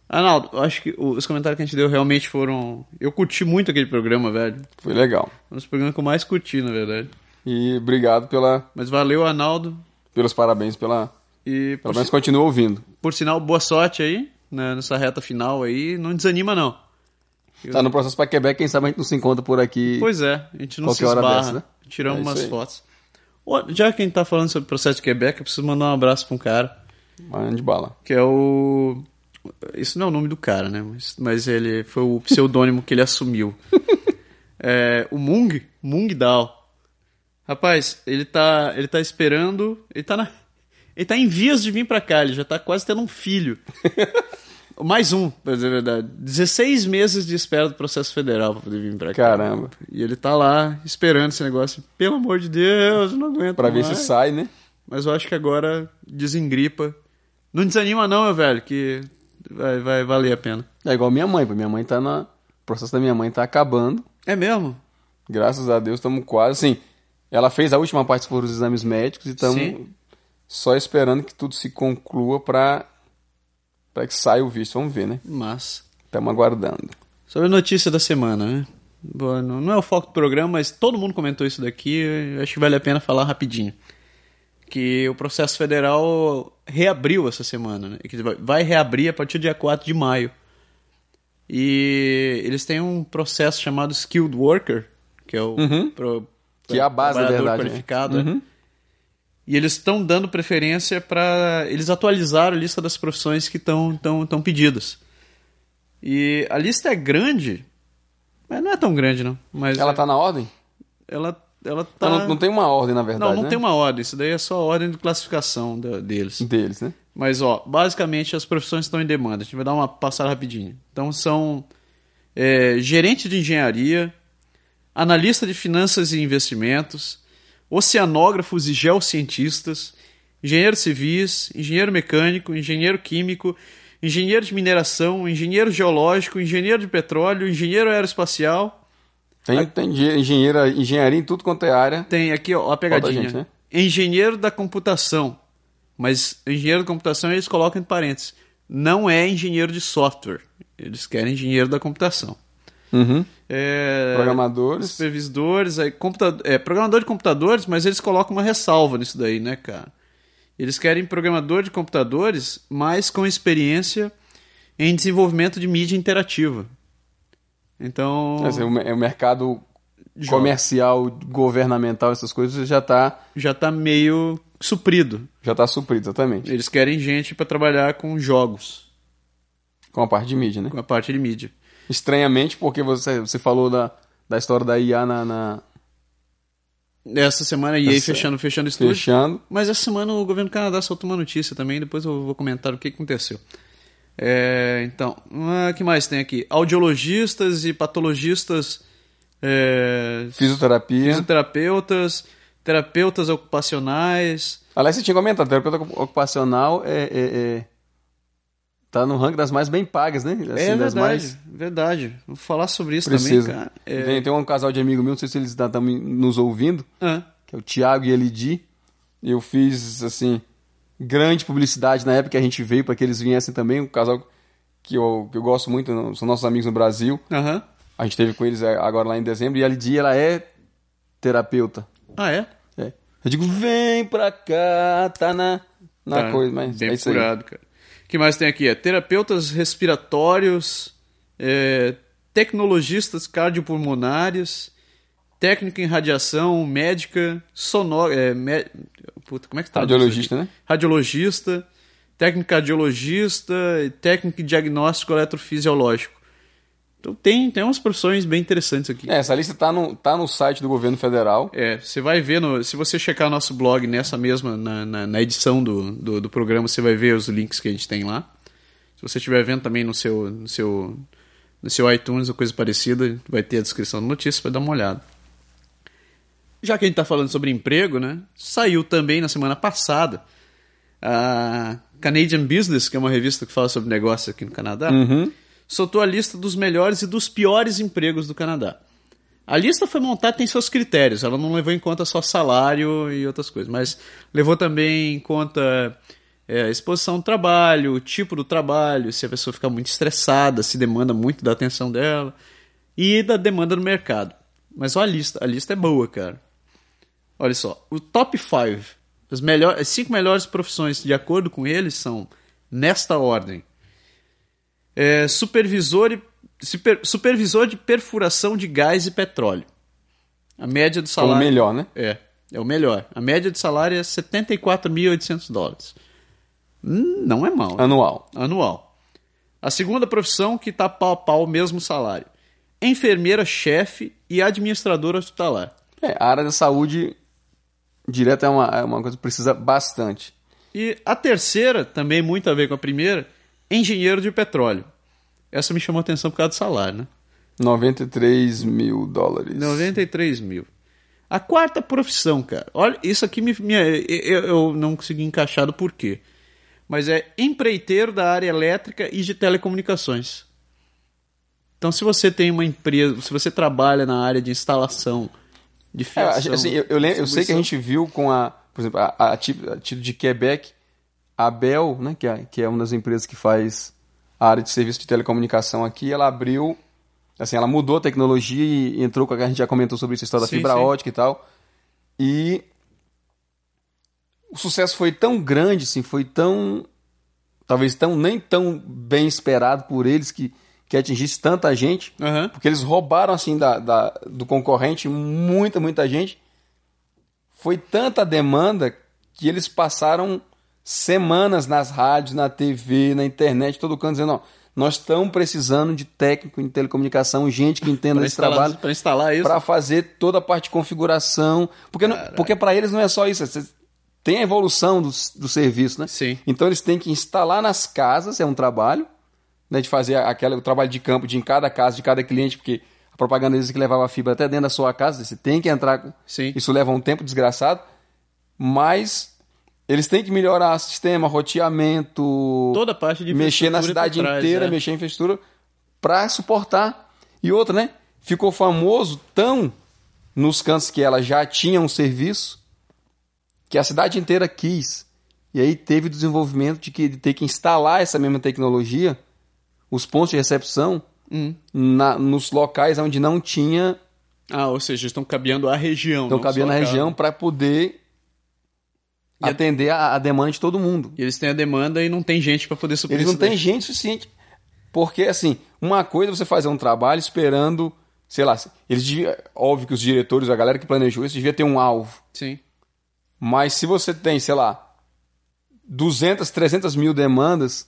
[SPEAKER 1] Arnaldo, eu acho que os comentários que a gente deu realmente foram. Eu curti muito aquele programa, velho.
[SPEAKER 2] Foi legal.
[SPEAKER 1] Um dos programas que eu mais curti, na verdade.
[SPEAKER 2] E obrigado pela,
[SPEAKER 1] Mas valeu, Arnaldo.
[SPEAKER 2] pelos parabéns, pela,
[SPEAKER 1] E
[SPEAKER 2] pelo
[SPEAKER 1] por,
[SPEAKER 2] menos continua ouvindo.
[SPEAKER 1] por sinal, boa sorte aí, né, nessa reta final aí. Não desanima, não.
[SPEAKER 2] Tá no processo pra Quebec, quem sabe a gente não se encontra por aqui.
[SPEAKER 1] Pois é, a gente não
[SPEAKER 2] Qualquer
[SPEAKER 1] se
[SPEAKER 2] hora
[SPEAKER 1] esbarra.
[SPEAKER 2] dessa, né? É
[SPEAKER 1] Tiramos
[SPEAKER 2] isso
[SPEAKER 1] umas
[SPEAKER 2] aí.
[SPEAKER 1] fotos. Ó, Já que a gente tá falando sobre o processo de Quebec, eu preciso mandar um abraço pra um cara
[SPEAKER 2] Mano de bala.
[SPEAKER 1] que é o. Isso não é o nome do cara, né? Mas, mas ele foi o pseudônimo que ele assumiu. É, o Mung, Mung Dao. Rapaz, ele tá, ele tá esperando. Ele tá, na, ele tá em vias de vir pra cá, ele já tá quase tendo um filho. Mais um, pra dizer a verdade. 16 meses de espera do processo federal pra poder vir pra cá.
[SPEAKER 2] Caramba.
[SPEAKER 1] E ele tá lá esperando esse negócio. Pelo amor de Deus, eu não aguento
[SPEAKER 2] Pra ver
[SPEAKER 1] mais.
[SPEAKER 2] se sai, né?
[SPEAKER 1] Mas eu acho que agora desengripa. Não desanima não, meu velho, que vai, vai valer a pena.
[SPEAKER 2] É igual minha mãe, pô. Minha mãe tá na. O processo da minha mãe tá acabando.
[SPEAKER 1] É mesmo?
[SPEAKER 2] Graças a Deus, estamos quase. Assim, ela fez a última parte que foram os exames médicos e estamos
[SPEAKER 1] Sim.
[SPEAKER 2] só esperando que tudo se conclua pra, pra que saia o visto. Vamos ver, né?
[SPEAKER 1] Mas...
[SPEAKER 2] Estamos aguardando.
[SPEAKER 1] Sobre a notícia da semana, né? Boa, não, não é o foco do programa, mas todo mundo comentou isso daqui. eu Acho que vale a pena falar rapidinho. Que o processo federal reabriu essa semana, né? Que vai- vai reabrir a partir do dia 4 de maio. E eles têm um processo chamado Skilled Worker, que é o
[SPEAKER 2] Uhum.
[SPEAKER 1] pro-
[SPEAKER 2] Que é a base, na
[SPEAKER 1] trabalhador
[SPEAKER 2] verdade, né?
[SPEAKER 1] qualificado. é.
[SPEAKER 2] Uhum.
[SPEAKER 1] E eles estão dando preferência para. Eles atualizaram a lista das profissões que estão tão, tão pedidas. E a lista é grande, mas não é tão grande, não. Mas
[SPEAKER 2] Ela
[SPEAKER 1] é-
[SPEAKER 2] tá na ordem?
[SPEAKER 1] Ela, ela tá.
[SPEAKER 2] Ela Não, não tem uma ordem, na verdade.
[SPEAKER 1] não, não
[SPEAKER 2] né?
[SPEAKER 1] tem uma ordem. Isso daí é só a ordem de classificação da- deles.
[SPEAKER 2] Deles, né?
[SPEAKER 1] Mas, ó, basicamente as profissões estão em demanda. A gente vai dar uma passada rapidinho. Então, são é, gerente de engenharia, analista de finanças e investimentos, oceanógrafos e geocientistas, engenheiros civis, engenheiro mecânico, engenheiro químico, engenheiro de mineração, engenheiro geológico, engenheiro de petróleo, engenheiro aeroespacial.
[SPEAKER 2] Tem, tem engen- engenheira, engenharia em tudo quanto é área.
[SPEAKER 1] Tem aqui, ó, a pegadinha.
[SPEAKER 2] gente, né?
[SPEAKER 1] Engenheiro da computação. Mas engenheiro da computação eles colocam entre parênteses. Não é engenheiro de software. Eles querem engenheiro da computação.
[SPEAKER 2] Uhum.
[SPEAKER 1] É,
[SPEAKER 2] Programadores.
[SPEAKER 1] Supervisores, aí, computa- é, programador de computadores, mas eles colocam uma ressalva nisso daí, né, cara? Eles querem programador de computadores, mas com experiência em desenvolvimento de mídia interativa. Então.
[SPEAKER 2] Quer dizer, o mer- o mercado
[SPEAKER 1] Jovem.
[SPEAKER 2] comercial, governamental, essas coisas já tá,
[SPEAKER 1] já tá meio suprido.
[SPEAKER 2] já tá suprido, exatamente.
[SPEAKER 1] Eles querem gente para trabalhar com jogos,
[SPEAKER 2] Com a parte de mídia, né?
[SPEAKER 1] com a parte de mídia.
[SPEAKER 2] Estranhamente, porque você, você falou da, da história da IA na, na-
[SPEAKER 1] Essa semana a EA
[SPEAKER 2] Essa-
[SPEAKER 1] fechando, fechando o estúdio.
[SPEAKER 2] fechando.
[SPEAKER 1] Mas essa semana o governo do Canadá soltou uma notícia também, depois eu vou comentar o que aconteceu. É, então, o que mais tem aqui? Audiologistas e patologistas, é,
[SPEAKER 2] Fisioterapia.
[SPEAKER 1] fisioterapeutas, terapeutas ocupacionais.
[SPEAKER 2] Aliás, você tinha comentado, terapeuta ocu- ocupacional é, é, é- tá no ranking das mais bem pagas, né? Assim,
[SPEAKER 1] é
[SPEAKER 2] das
[SPEAKER 1] verdade,
[SPEAKER 2] mais
[SPEAKER 1] verdade. Vou falar sobre isso
[SPEAKER 2] precisa.
[SPEAKER 1] também, cara. É,
[SPEAKER 2] Tem, tem um casal de amigo meu, não sei se eles estão nos ouvindo,
[SPEAKER 1] ah,
[SPEAKER 2] que é o Thiago e a Lidi. Eu fiz, assim, grande publicidade na época que a gente veio para que eles viessem também. Um casal que eu, que eu gosto muito, são nossos amigos no Brasil.
[SPEAKER 1] aham.
[SPEAKER 2] A gente teve com eles é, agora lá em dezembro. E a Lidi, ela é terapeuta.
[SPEAKER 1] Ah, é?
[SPEAKER 2] É. Eu digo, vem pra cá, tá na, na
[SPEAKER 1] Tá,
[SPEAKER 2] coisa, mas
[SPEAKER 1] bem
[SPEAKER 2] é isso aí.
[SPEAKER 1] curado, cara. O que mais tem aqui? É terapeutas respiratórios, é, tecnologistas cardiopulmonares, técnica em radiação, médica, sonora... É, mé- Puta, como é que tá?
[SPEAKER 2] Radiologista, né?
[SPEAKER 1] Radiologista, técnico cardiologista, e técnico em diagnóstico eletrofisiológico. Então tem, tem umas profissões bem interessantes aqui.
[SPEAKER 2] É, essa lista tá no, tá no site do governo federal.
[SPEAKER 1] É, você vai ver, no- se você checar nosso blog nessa mesma, na, na- na edição do, do, do programa, você vai ver os links que a gente tem lá. Se você estiver vendo também no seu, no seu, no seu iTunes ou coisa parecida, vai ter a descrição da notícia, vai dar uma olhada. Já que a gente está falando sobre emprego, né? Saiu também na semana passada a Canadian Business, que é uma revista que fala sobre negócio aqui no Canadá, soltou a lista dos melhores e dos piores empregos do Canadá. A lista foi montada tem seus critérios, ela não levou em conta só salário e outras coisas, mas levou também em conta é, exposição do trabalho, o tipo do trabalho, se a pessoa fica muito estressada, se demanda muito da atenção dela e da demanda do mercado. Mas olha a lista, a lista é boa, cara. Olha só, o top 5, as, melhor- as cinco melhores profissões de acordo com eles são nesta ordem: É, supervisor, e- super- supervisor de perfuração de gás e petróleo. A média do
[SPEAKER 2] Como
[SPEAKER 1] salário.
[SPEAKER 2] melhor, né?
[SPEAKER 1] É, é o melhor. A média de salário é 74.800 dólares. Hum, Não é mal.
[SPEAKER 2] Anual.
[SPEAKER 1] Anual. A segunda profissão que tá pau a pau o mesmo salário. Enfermeira, chefe e administradora hospitalar.
[SPEAKER 2] É, a área da saúde direta é uma, é uma coisa que precisa bastante.
[SPEAKER 1] E a terceira, também muito a ver com a primeira, engenheiro de petróleo. Essa me chamou a atenção por causa do salário, né?
[SPEAKER 2] 93 mil dólares.
[SPEAKER 1] 93 mil. A quarta profissão, cara. Olha, isso aqui me, me- eu, eu não consegui encaixar do porquê. Mas é empreiteiro da área elétrica e de telecomunicações. Então, se você tem uma empresa, se você trabalha na área de instalação, de
[SPEAKER 2] É,
[SPEAKER 1] fiação...
[SPEAKER 2] assim, eu, eu, lem- eu sei que a gente viu com a, por exemplo, a, a, ti- a título de Quebec, a Bell, né, que, é, que é uma das empresas que faz a área de serviço de telecomunicação aqui, ela abriu, assim, ela mudou a tecnologia e entrou com a a gente já comentou sobre isso, a história
[SPEAKER 1] Sim,
[SPEAKER 2] da fibra
[SPEAKER 1] sim.
[SPEAKER 2] ótica e tal. E o sucesso foi tão grande, assim, foi tão talvez tão nem tão bem esperado por eles que que atingisse tanta gente.
[SPEAKER 1] Aham.
[SPEAKER 2] Porque eles roubaram, assim, da, da- do concorrente muita, muita gente. Foi tanta a demanda que eles passaram semanas nas rádios, na TV, na internet, todo canto, dizendo, ó, nós estamos precisando de técnico em telecomunicação, gente que entenda
[SPEAKER 1] Pra
[SPEAKER 2] esse
[SPEAKER 1] instalar-
[SPEAKER 2] trabalho,
[SPEAKER 1] pra instalar isso.
[SPEAKER 2] para fazer toda a parte de configuração. Porque não-
[SPEAKER 1] Caralho.
[SPEAKER 2] porque para eles não é só isso, você- tem a evolução do, do serviço, né?
[SPEAKER 1] Sim.
[SPEAKER 2] Então eles têm que instalar nas casas, é um trabalho, né, de fazer aquela, o trabalho de campo de em cada casa, de cada cliente, porque a propaganda deles é que levava a fibra até dentro da sua casa, você tem que entrar. com-
[SPEAKER 1] Sim.
[SPEAKER 2] Isso leva um tempo desgraçado, mas eles têm que melhorar o sistema, roteamento,
[SPEAKER 1] Toda a parte de
[SPEAKER 2] Tipo, mexer na
[SPEAKER 1] infraestrutura
[SPEAKER 2] cidade
[SPEAKER 1] por trás,
[SPEAKER 2] inteira,
[SPEAKER 1] é.
[SPEAKER 2] mexer em infraestrutura, para suportar. E outra, né? Ficou famoso tão nos cantos que ela já tinha um serviço que a cidade inteira quis. E aí teve o desenvolvimento de, que, de ter que instalar essa mesma tecnologia, os pontos de recepção,
[SPEAKER 1] Hum.
[SPEAKER 2] na- nos locais onde não tinha,
[SPEAKER 1] Ah, ou seja, estão cabeando a região.
[SPEAKER 2] então
[SPEAKER 1] não
[SPEAKER 2] cabia
[SPEAKER 1] só
[SPEAKER 2] na
[SPEAKER 1] a casa.
[SPEAKER 2] região, para poder
[SPEAKER 1] E a-
[SPEAKER 2] atender a, a demanda de todo mundo.
[SPEAKER 1] E eles têm a demanda e não tem gente pra poder suprir
[SPEAKER 2] Eles não
[SPEAKER 1] isso né?
[SPEAKER 2] têm
[SPEAKER 1] daí.
[SPEAKER 2] gente suficiente. Porque, assim, uma coisa é você fazer um trabalho esperando, sei lá, eles devia- óbvio que os diretores, a galera que planejou isso, devia ter um alvo.
[SPEAKER 1] Sim.
[SPEAKER 2] Mas se você tem, sei lá, 200, 300 mil demandas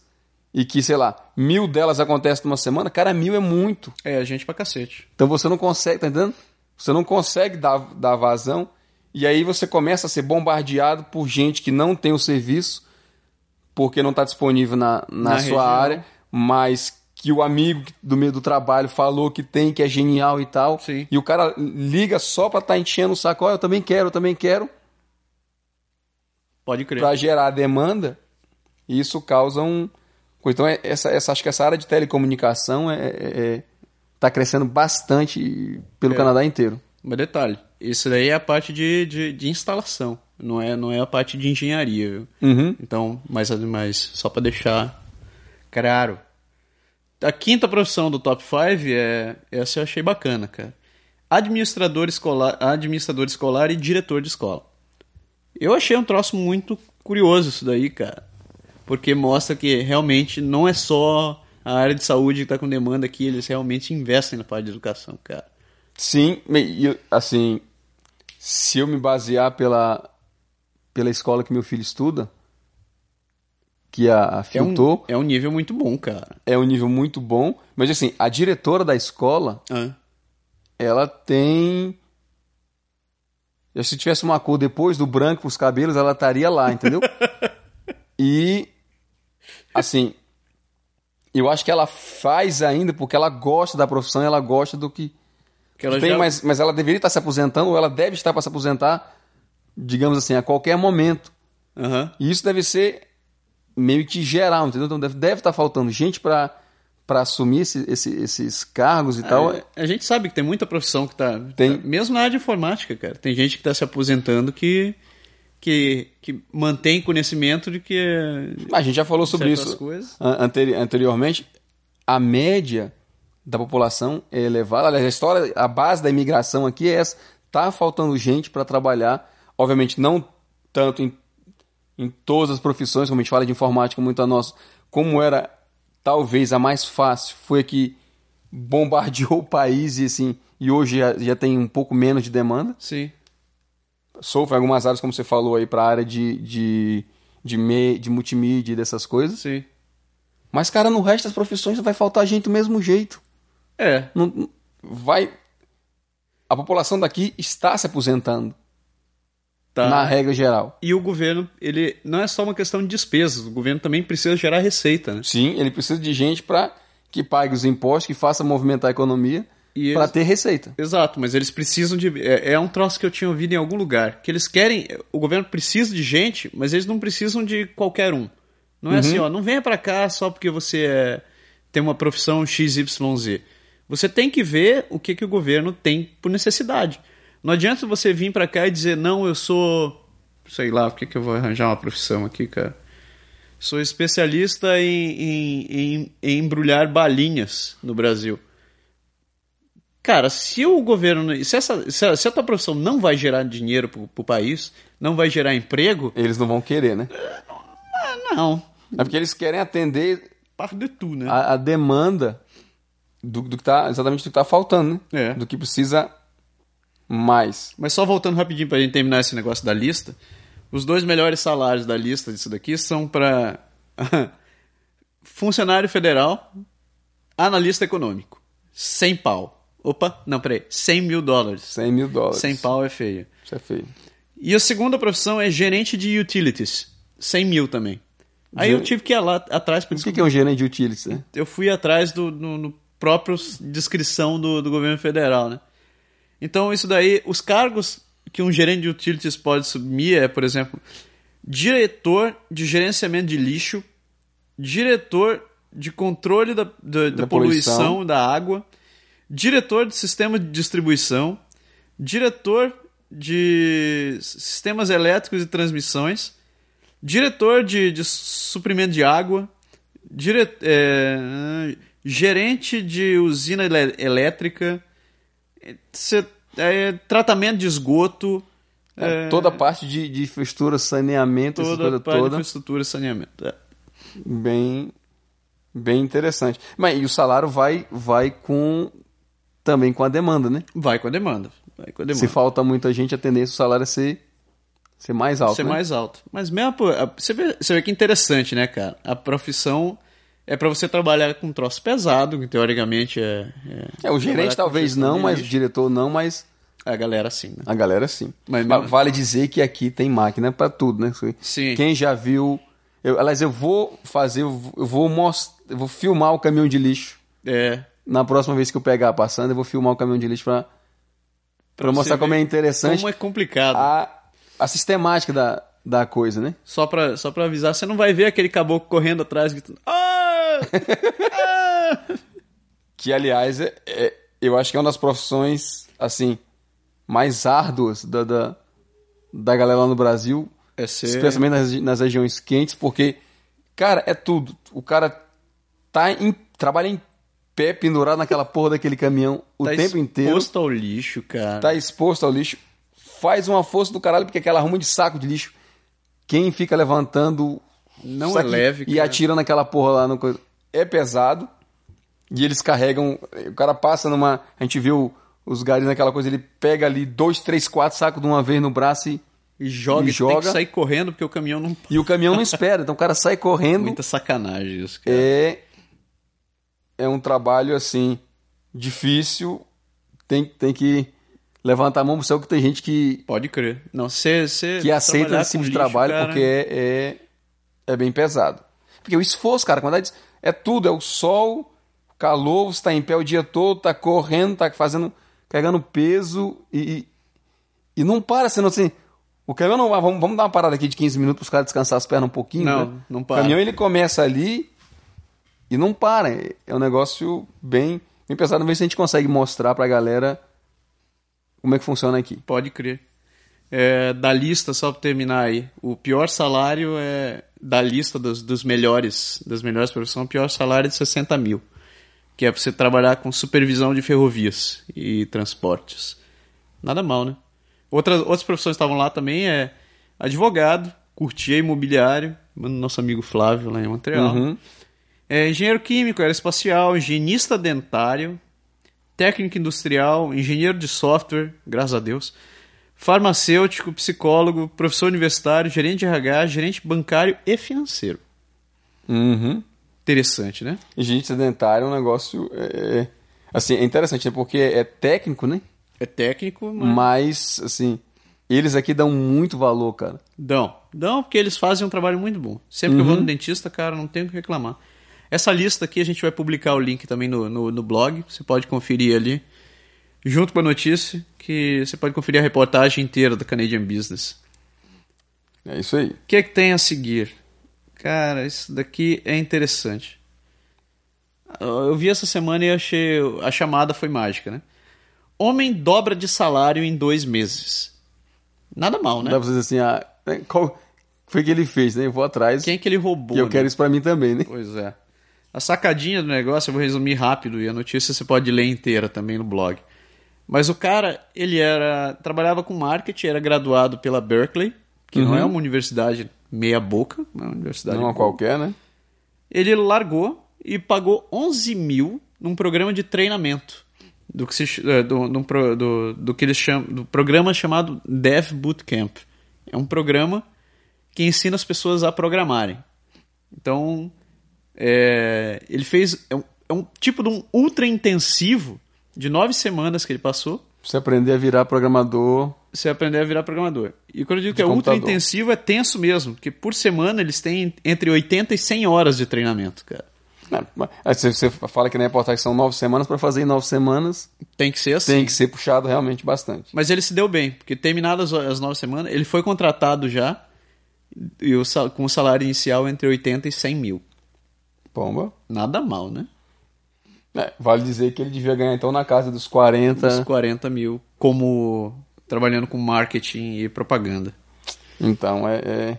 [SPEAKER 2] e que, sei lá, mil delas acontecem numa semana, cara, mil é muito.
[SPEAKER 1] É, gente pra cacete.
[SPEAKER 2] Então você não consegue, tá entendendo? Você não consegue dar, dar vazão. E aí você começa a ser bombardeado por gente que não tem o serviço, porque não está disponível na, na,
[SPEAKER 1] Na
[SPEAKER 2] sua
[SPEAKER 1] região.
[SPEAKER 2] área, mas que o amigo do meio do trabalho falou que tem, que é genial e tal.
[SPEAKER 1] Sim.
[SPEAKER 2] E o cara liga só para estar enchendo o saco, ó, eu também quero, eu também quero,
[SPEAKER 1] Pode crer.
[SPEAKER 2] para gerar demanda. E isso causa um. Então, é- essa, essa, acho que essa área de telecomunicação está é, tá crescendo bastante pelo
[SPEAKER 1] É.
[SPEAKER 2] Canadá inteiro.
[SPEAKER 1] Mas detalhe, isso daí é a parte de, de, de instalação, não é, não é a parte de engenharia, viu?
[SPEAKER 2] Uhum.
[SPEAKER 1] Então, mas, mas só pra deixar claro. A quinta profissão do top 5 é. Essa eu achei bacana, cara. Administrador escolar, administrador escolar e diretor de escola. Eu achei um troço muito curioso isso daí, cara. Porque mostra que realmente não é só a área de saúde que tá com demanda aqui, eles realmente investem na parte de educação, cara.
[SPEAKER 2] Sim, e, e, assim, se eu me basear pela, pela escola que meu filho estuda, que a, a
[SPEAKER 1] É um,
[SPEAKER 2] Filtô,
[SPEAKER 1] é um nível muito bom, cara.
[SPEAKER 2] é um nível muito bom, mas assim, a diretora da escola,
[SPEAKER 1] Ah,
[SPEAKER 2] ela tem... Se tivesse uma cor depois do branco pros cabelos, ela estaria lá, entendeu? e, assim, eu acho que ela faz ainda porque ela gosta da profissão, ela gosta do que...
[SPEAKER 1] que ela
[SPEAKER 2] tem,
[SPEAKER 1] já-
[SPEAKER 2] mas, mas ela deveria estar se aposentando, ou ela deve estar para se aposentar, digamos assim, a qualquer momento.
[SPEAKER 1] Aham.
[SPEAKER 2] E isso deve ser meio que geral, entendeu? Então deve, deve estar faltando gente para assumir esse- esse- esses cargos e tal.
[SPEAKER 1] a, Ah, é, a gente sabe que tem muita profissão que tá,
[SPEAKER 2] Então, Tem.
[SPEAKER 1] tá- Mesmo na área de informática, cara. Tem gente que tá se aposentando que. que, que mantém conhecimento de que. é
[SPEAKER 2] A gente já falou sobre
[SPEAKER 1] certas
[SPEAKER 2] isso
[SPEAKER 1] coisas.
[SPEAKER 2] an- anteri- anteriormente. A média da população é elevada. Aliás, a história, a base da imigração aqui é essa. Tá faltando gente para trabalhar. Obviamente, não tanto em, em todas as profissões, como a gente fala de informática, muito a nossa. Como era talvez a mais fácil, foi a que bombardeou o país e assim. E hoje já, já tem um pouco menos de demanda
[SPEAKER 1] Sim.
[SPEAKER 2] sofrem algumas áreas, como você falou aí, para a área de, de de, me, de multimídia e dessas coisas.
[SPEAKER 1] Sim.
[SPEAKER 2] Mas, cara, no resto das profissões vai faltar gente do mesmo jeito.
[SPEAKER 1] É.
[SPEAKER 2] Não- não- vai. A população daqui está se aposentando,
[SPEAKER 1] Tá.
[SPEAKER 2] na regra geral.
[SPEAKER 1] E o governo, ele não é só uma questão de despesas, o governo também precisa gerar receita, né?
[SPEAKER 2] Sim, ele precisa de gente para que pague os impostos, que faça movimentar a economia,
[SPEAKER 1] E
[SPEAKER 2] para
[SPEAKER 1] eles-
[SPEAKER 2] ter receita.
[SPEAKER 1] Exato, mas eles precisam de. É, é um troço que eu tinha ouvido em algum lugar. Que eles querem. O governo precisa de gente, mas eles não precisam de qualquer um. Não é assim, ó, não venha pra cá só porque você é- tem uma profissão XYZ. Você tem que ver o que, que o governo tem por necessidade. Não adianta você vir pra cá e dizer, não, eu sou. Sei lá, por que, que eu vou arranjar uma profissão aqui, cara? Sou especialista em- em- em- em embrulhar balinhas no Brasil. Cara, se o governo. Se, essa, se, a, se a tua profissão não vai gerar dinheiro pro, pro país, não vai gerar emprego,
[SPEAKER 2] Eles não vão querer, né?
[SPEAKER 1] ah, não.
[SPEAKER 2] É porque eles querem atender
[SPEAKER 1] Parte de tu, né?
[SPEAKER 2] a, a demanda do, do que tá exatamente do que tá faltando, né?
[SPEAKER 1] É.
[SPEAKER 2] Do que precisa mais.
[SPEAKER 1] Mas só voltando rapidinho pra gente terminar esse negócio da lista. Os dois melhores salários da lista disso daqui são pra funcionário federal, analista econômico. 100 pau. Opa, não, peraí. 100 mil dólares.
[SPEAKER 2] 100 mil dólares.
[SPEAKER 1] 100 pau é feio.
[SPEAKER 2] Isso é feio.
[SPEAKER 1] E a segunda profissão é gerente de utilities. 100 mil também. Aí eu
[SPEAKER 2] Gen-
[SPEAKER 1] tive que ir lá atrás pra
[SPEAKER 2] Mas o que que é um gerente de utilities, né?
[SPEAKER 1] eu fui atrás do no, no próprio descrição do, do governo federal, né? Então isso daí, os cargos que um gerente de utilities pode assumir é, por exemplo, diretor de gerenciamento de lixo, diretor de controle da, da, da
[SPEAKER 2] Da
[SPEAKER 1] poluição,
[SPEAKER 2] poluição.
[SPEAKER 1] da água, diretor de sistema de distribuição, diretor de s- sistemas elétricos e transmissões, diretor de, de suprimento de água, dire, é, ah, gerente de usina elé- elétrica, eh, cê- é, tratamento de esgoto,
[SPEAKER 2] É, toda a parte de, de infraestrutura, saneamento, essa
[SPEAKER 1] toda
[SPEAKER 2] coisa
[SPEAKER 1] a parte de
[SPEAKER 2] toda,
[SPEAKER 1] infraestrutura e saneamento. É.
[SPEAKER 2] bem, bem interessante. Mas e o salário vai, vai com também com a demanda, né?
[SPEAKER 1] Vai com a demanda. Vai com a demanda.
[SPEAKER 2] Se falta muita gente, a tendência do salário é ser, ser mais alto.
[SPEAKER 1] ser
[SPEAKER 2] né?
[SPEAKER 1] mais alto. Mas mesmo. pô, a- Você vê, você vê que interessante, né, cara? A profissão é pra você trabalhar com um troço pesado, que teoricamente é.
[SPEAKER 2] É, o
[SPEAKER 1] trabalhar
[SPEAKER 2] gerente
[SPEAKER 1] com
[SPEAKER 2] talvez
[SPEAKER 1] gestão
[SPEAKER 2] não,
[SPEAKER 1] de
[SPEAKER 2] mas o
[SPEAKER 1] lixo.
[SPEAKER 2] diretor não, mas
[SPEAKER 1] A galera assim, né?
[SPEAKER 2] a galera sim.
[SPEAKER 1] Mas
[SPEAKER 2] Mas,
[SPEAKER 1] mesmo- assim.
[SPEAKER 2] vale dizer que aqui tem máquina pra tudo, né?
[SPEAKER 1] Sim.
[SPEAKER 2] Quem já viu. Eu, aliás, eu vou fazer, eu vou- eu vou mostrar, eu vou filmar o caminhão de lixo.
[SPEAKER 1] É.
[SPEAKER 2] Na próxima vez que eu pegar passando, eu vou filmar o caminhão de lixo pra, pra
[SPEAKER 1] você
[SPEAKER 2] mostrar como
[SPEAKER 1] ver
[SPEAKER 2] é interessante
[SPEAKER 1] Como é complicado.
[SPEAKER 2] a, a sistemática da, da coisa, né?
[SPEAKER 1] Só, pra, só pra avisar, você não vai ver aquele caboclo correndo atrás gritando. Ah! Ah!"
[SPEAKER 2] Que, aliás, é, é- eu acho que é uma das profissões, assim, mais árduas da, da, da galera lá no Brasil.
[SPEAKER 1] É ser-
[SPEAKER 2] Especialmente nas, regi- nas regiões quentes, porque, cara, é tudo. O cara tá em, trabalha em pé, pendurado naquela porra daquele caminhão o
[SPEAKER 1] Tá
[SPEAKER 2] tempo inteiro.
[SPEAKER 1] Exposto ao lixo, cara.
[SPEAKER 2] Tá exposto ao lixo. Faz uma força do caralho, porque aquela arruma de saco de lixo. Quem fica levantando
[SPEAKER 1] Não
[SPEAKER 2] saco
[SPEAKER 1] é leve,
[SPEAKER 2] e
[SPEAKER 1] cara.
[SPEAKER 2] atirando aquela porra lá no coisa. É pesado. E eles carregam. O cara passa numa. A gente viu os garis naquela coisa, ele pega ali dois, três, quatro sacos de uma vez no braço e,
[SPEAKER 1] E joga,
[SPEAKER 2] E
[SPEAKER 1] e tem que
[SPEAKER 2] joga.
[SPEAKER 1] sair correndo porque o caminhão não.
[SPEAKER 2] e o caminhão não espera. Então o cara sai correndo.
[SPEAKER 1] Muita sacanagem isso, cara.
[SPEAKER 2] é é um trabalho assim difícil tem tem que levantar a mão pro céu que tem gente que
[SPEAKER 1] Pode crer. Não, você.
[SPEAKER 2] que aceita esse tipo de trabalho porque é, é é bem pesado porque o esforço cara quando é, é tudo é o sol o calor você tá em pé o dia todo tá correndo tá fazendo carregando peso e e, e não para senão assim o caminhão não, ah, vamos, vamos dar uma parada aqui de 15 minutos para os caras descansar as pernas um pouquinho.
[SPEAKER 1] Não,
[SPEAKER 2] né?
[SPEAKER 1] não para.
[SPEAKER 2] O caminhão ele começa ali e não para. É é um negócio bem, bem pesado. Vamos ver se a gente consegue mostrar pra galera como é que funciona aqui.
[SPEAKER 1] Pode crer. É, da lista, só pra terminar aí, o pior salário é da lista dos, dos melhores, das melhores profissões, o pior salário é de 60 mil. Que é pra você trabalhar com supervisão de ferrovias e transportes. Nada mal, né? Outras, outras profissões que estavam lá também é advogado, curtia imobiliário, mano, nosso amigo Flávio lá em Montreal.
[SPEAKER 2] Uhum.
[SPEAKER 1] É, engenheiro químico, aeroespacial, higienista dentário, técnico industrial, engenheiro de software, graças a Deus, farmacêutico, psicólogo, professor universitário, gerente de RH, gerente bancário e financeiro.
[SPEAKER 2] Uhum.
[SPEAKER 1] Interessante, né?
[SPEAKER 2] E gente sedentária é um negócio. é, é, assim, é interessante, né? Porque é técnico, né?
[SPEAKER 1] É técnico, mas...
[SPEAKER 2] Mas, assim, eles aqui dão muito valor, cara.
[SPEAKER 1] Dão. Dão porque eles fazem um trabalho muito bom. Sempre que eu vou no dentista, cara, não tenho o que reclamar. Essa lista aqui a gente vai publicar o link também no, no, no blog. Você pode conferir ali, junto com a notícia, que você pode conferir a reportagem inteira da Canadian Business.
[SPEAKER 2] É isso aí.
[SPEAKER 1] O que é que tem a seguir? Cara, isso daqui é interessante. Eu vi essa semana e achei. A chamada foi mágica, né? Homem dobra de salário em dois meses. Nada mal, né?
[SPEAKER 2] Dá pra você dizer assim, ah, né, qual foi que ele fez, né? Eu vou atrás
[SPEAKER 1] Quem que ele roubou?
[SPEAKER 2] e eu
[SPEAKER 1] né?
[SPEAKER 2] quero isso pra mim também, né?
[SPEAKER 1] Pois é. A sacadinha do negócio, eu vou resumir rápido e a notícia você pode ler inteira também no blog. Mas o cara, ele era trabalhava com marketing, era graduado pela Berkeley, que não
[SPEAKER 2] Uhum.
[SPEAKER 1] é uma universidade meia boca, é uma universidade
[SPEAKER 2] Não a qualquer, né?
[SPEAKER 1] ele largou e pagou 11 mil num programa de treinamento do que, se ch- eh, do, do, pro- do- do que eles chamam do programa chamado Dev Bootcamp é um programa que ensina as pessoas a programarem então é, ele fez é um, é um tipo de um ultra intensivo de nove semanas que ele passou
[SPEAKER 2] Pra você aprender a virar programador.
[SPEAKER 1] você aprender a virar programador. E quando eu digo
[SPEAKER 2] De
[SPEAKER 1] que é ultra
[SPEAKER 2] computador.
[SPEAKER 1] intensivo, é tenso mesmo, porque por semana eles têm entre 80 e 100 horas de treinamento, cara.
[SPEAKER 2] né? Mas, aí Você você fala que na reportagem são nove semanas, pra fazer em nove semanas
[SPEAKER 1] Tem que ser assim.
[SPEAKER 2] tem que ser puxado realmente bastante.
[SPEAKER 1] Mas ele se deu bem, porque terminadas as- as nove semanas, ele foi contratado já e o sal- com o salário inicial entre 80 e 100 mil.
[SPEAKER 2] Pomba.
[SPEAKER 1] Nada mal, né?
[SPEAKER 2] É, vale dizer que ele devia ganhar então na casa dos 40.
[SPEAKER 1] Uns 40 mil, como trabalhando com marketing e propaganda.
[SPEAKER 2] Então, é, é-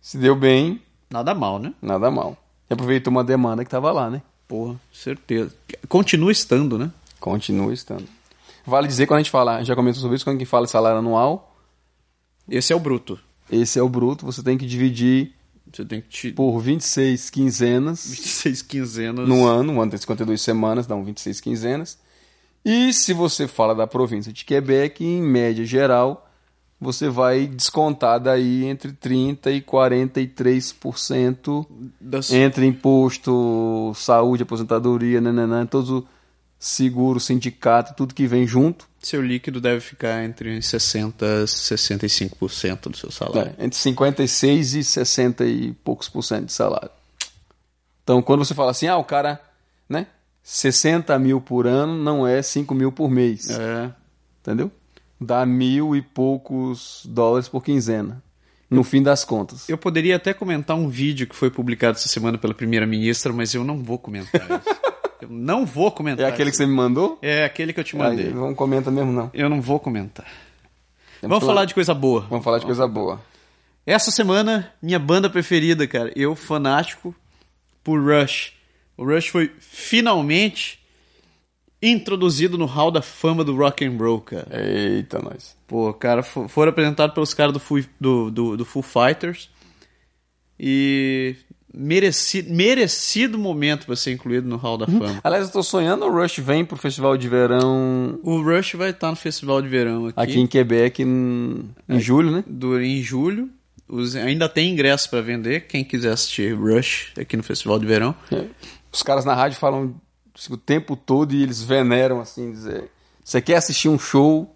[SPEAKER 2] Se deu bem,
[SPEAKER 1] Nada mal, né?
[SPEAKER 2] nada mal. E aproveitou uma demanda que tava lá, né?
[SPEAKER 1] Porra, certeza. Continua estando, né?
[SPEAKER 2] Continua estando. Vale dizer quando a gente fala, já comentou sobre isso, quando a gente fala em salário anual,
[SPEAKER 1] Esse é o bruto.
[SPEAKER 2] esse é o bruto, você tem que dividir
[SPEAKER 1] Você tem que te...
[SPEAKER 2] por 26 quinzenas
[SPEAKER 1] 26 quinzenas.
[SPEAKER 2] no ano, um ano tem 52 semanas, um dão 26 quinzenas. E se você fala da província de Quebec, em média geral, você vai descontar daí entre 30 e 43%
[SPEAKER 1] Das...
[SPEAKER 2] entre imposto, saúde, aposentadoria, nananã, todos o seguro, sindicato, tudo que vem junto.
[SPEAKER 1] Seu líquido deve ficar entre 60% e 65% do seu salário.
[SPEAKER 2] É, entre 56 e 60 e poucos por cento de salário. Então, quando você fala assim, ah, o cara, né? 60 mil por ano não é 5 mil por mês.
[SPEAKER 1] É.
[SPEAKER 2] Entendeu? Dá mil e poucos dólares por quinzena.
[SPEAKER 1] Hum.
[SPEAKER 2] No fim das contas.
[SPEAKER 1] Eu poderia até comentar um vídeo que foi publicado essa semana pela primeira-ministra, mas eu não vou comentar isso. eu não vou
[SPEAKER 2] É
[SPEAKER 1] comentar.
[SPEAKER 2] aquele que
[SPEAKER 1] isso.
[SPEAKER 2] você me mandou?
[SPEAKER 1] É aquele que eu te
[SPEAKER 2] Aí,
[SPEAKER 1] mandei.
[SPEAKER 2] não comenta mesmo, não.
[SPEAKER 1] Eu não vou comentar.
[SPEAKER 2] Vamos
[SPEAKER 1] Vamos
[SPEAKER 2] falar-
[SPEAKER 1] falar de coisa boa.
[SPEAKER 2] Vamos falar de coisa boa.
[SPEAKER 1] Essa semana, minha banda preferida, cara. Eu, fanático por Rush. O Rush foi finalmente introduzido no Hall da Fama do Rock and Roll, cara.
[SPEAKER 2] Eita, nós.
[SPEAKER 1] Pô, cara, fo- foram apresentados pelos caras do, Fu- do, do, do Foo Fighters. E merecido, merecido momento pra ser incluído no Hall da Fama.
[SPEAKER 2] Aliás, eu tô sonhando, o Rush vem pro festival de verão
[SPEAKER 1] O Rush vai estar no Festival de Verão aqui, É.
[SPEAKER 2] aqui em Quebec em, em julho, né?
[SPEAKER 1] do- em julho. Os- ainda tem ingresso pra vender, quem quiser assistir Rush aqui no Festival de Verão.
[SPEAKER 2] Os caras na rádio falam assim, o tempo todo e eles veneram assim, dizer. Você quer assistir um show?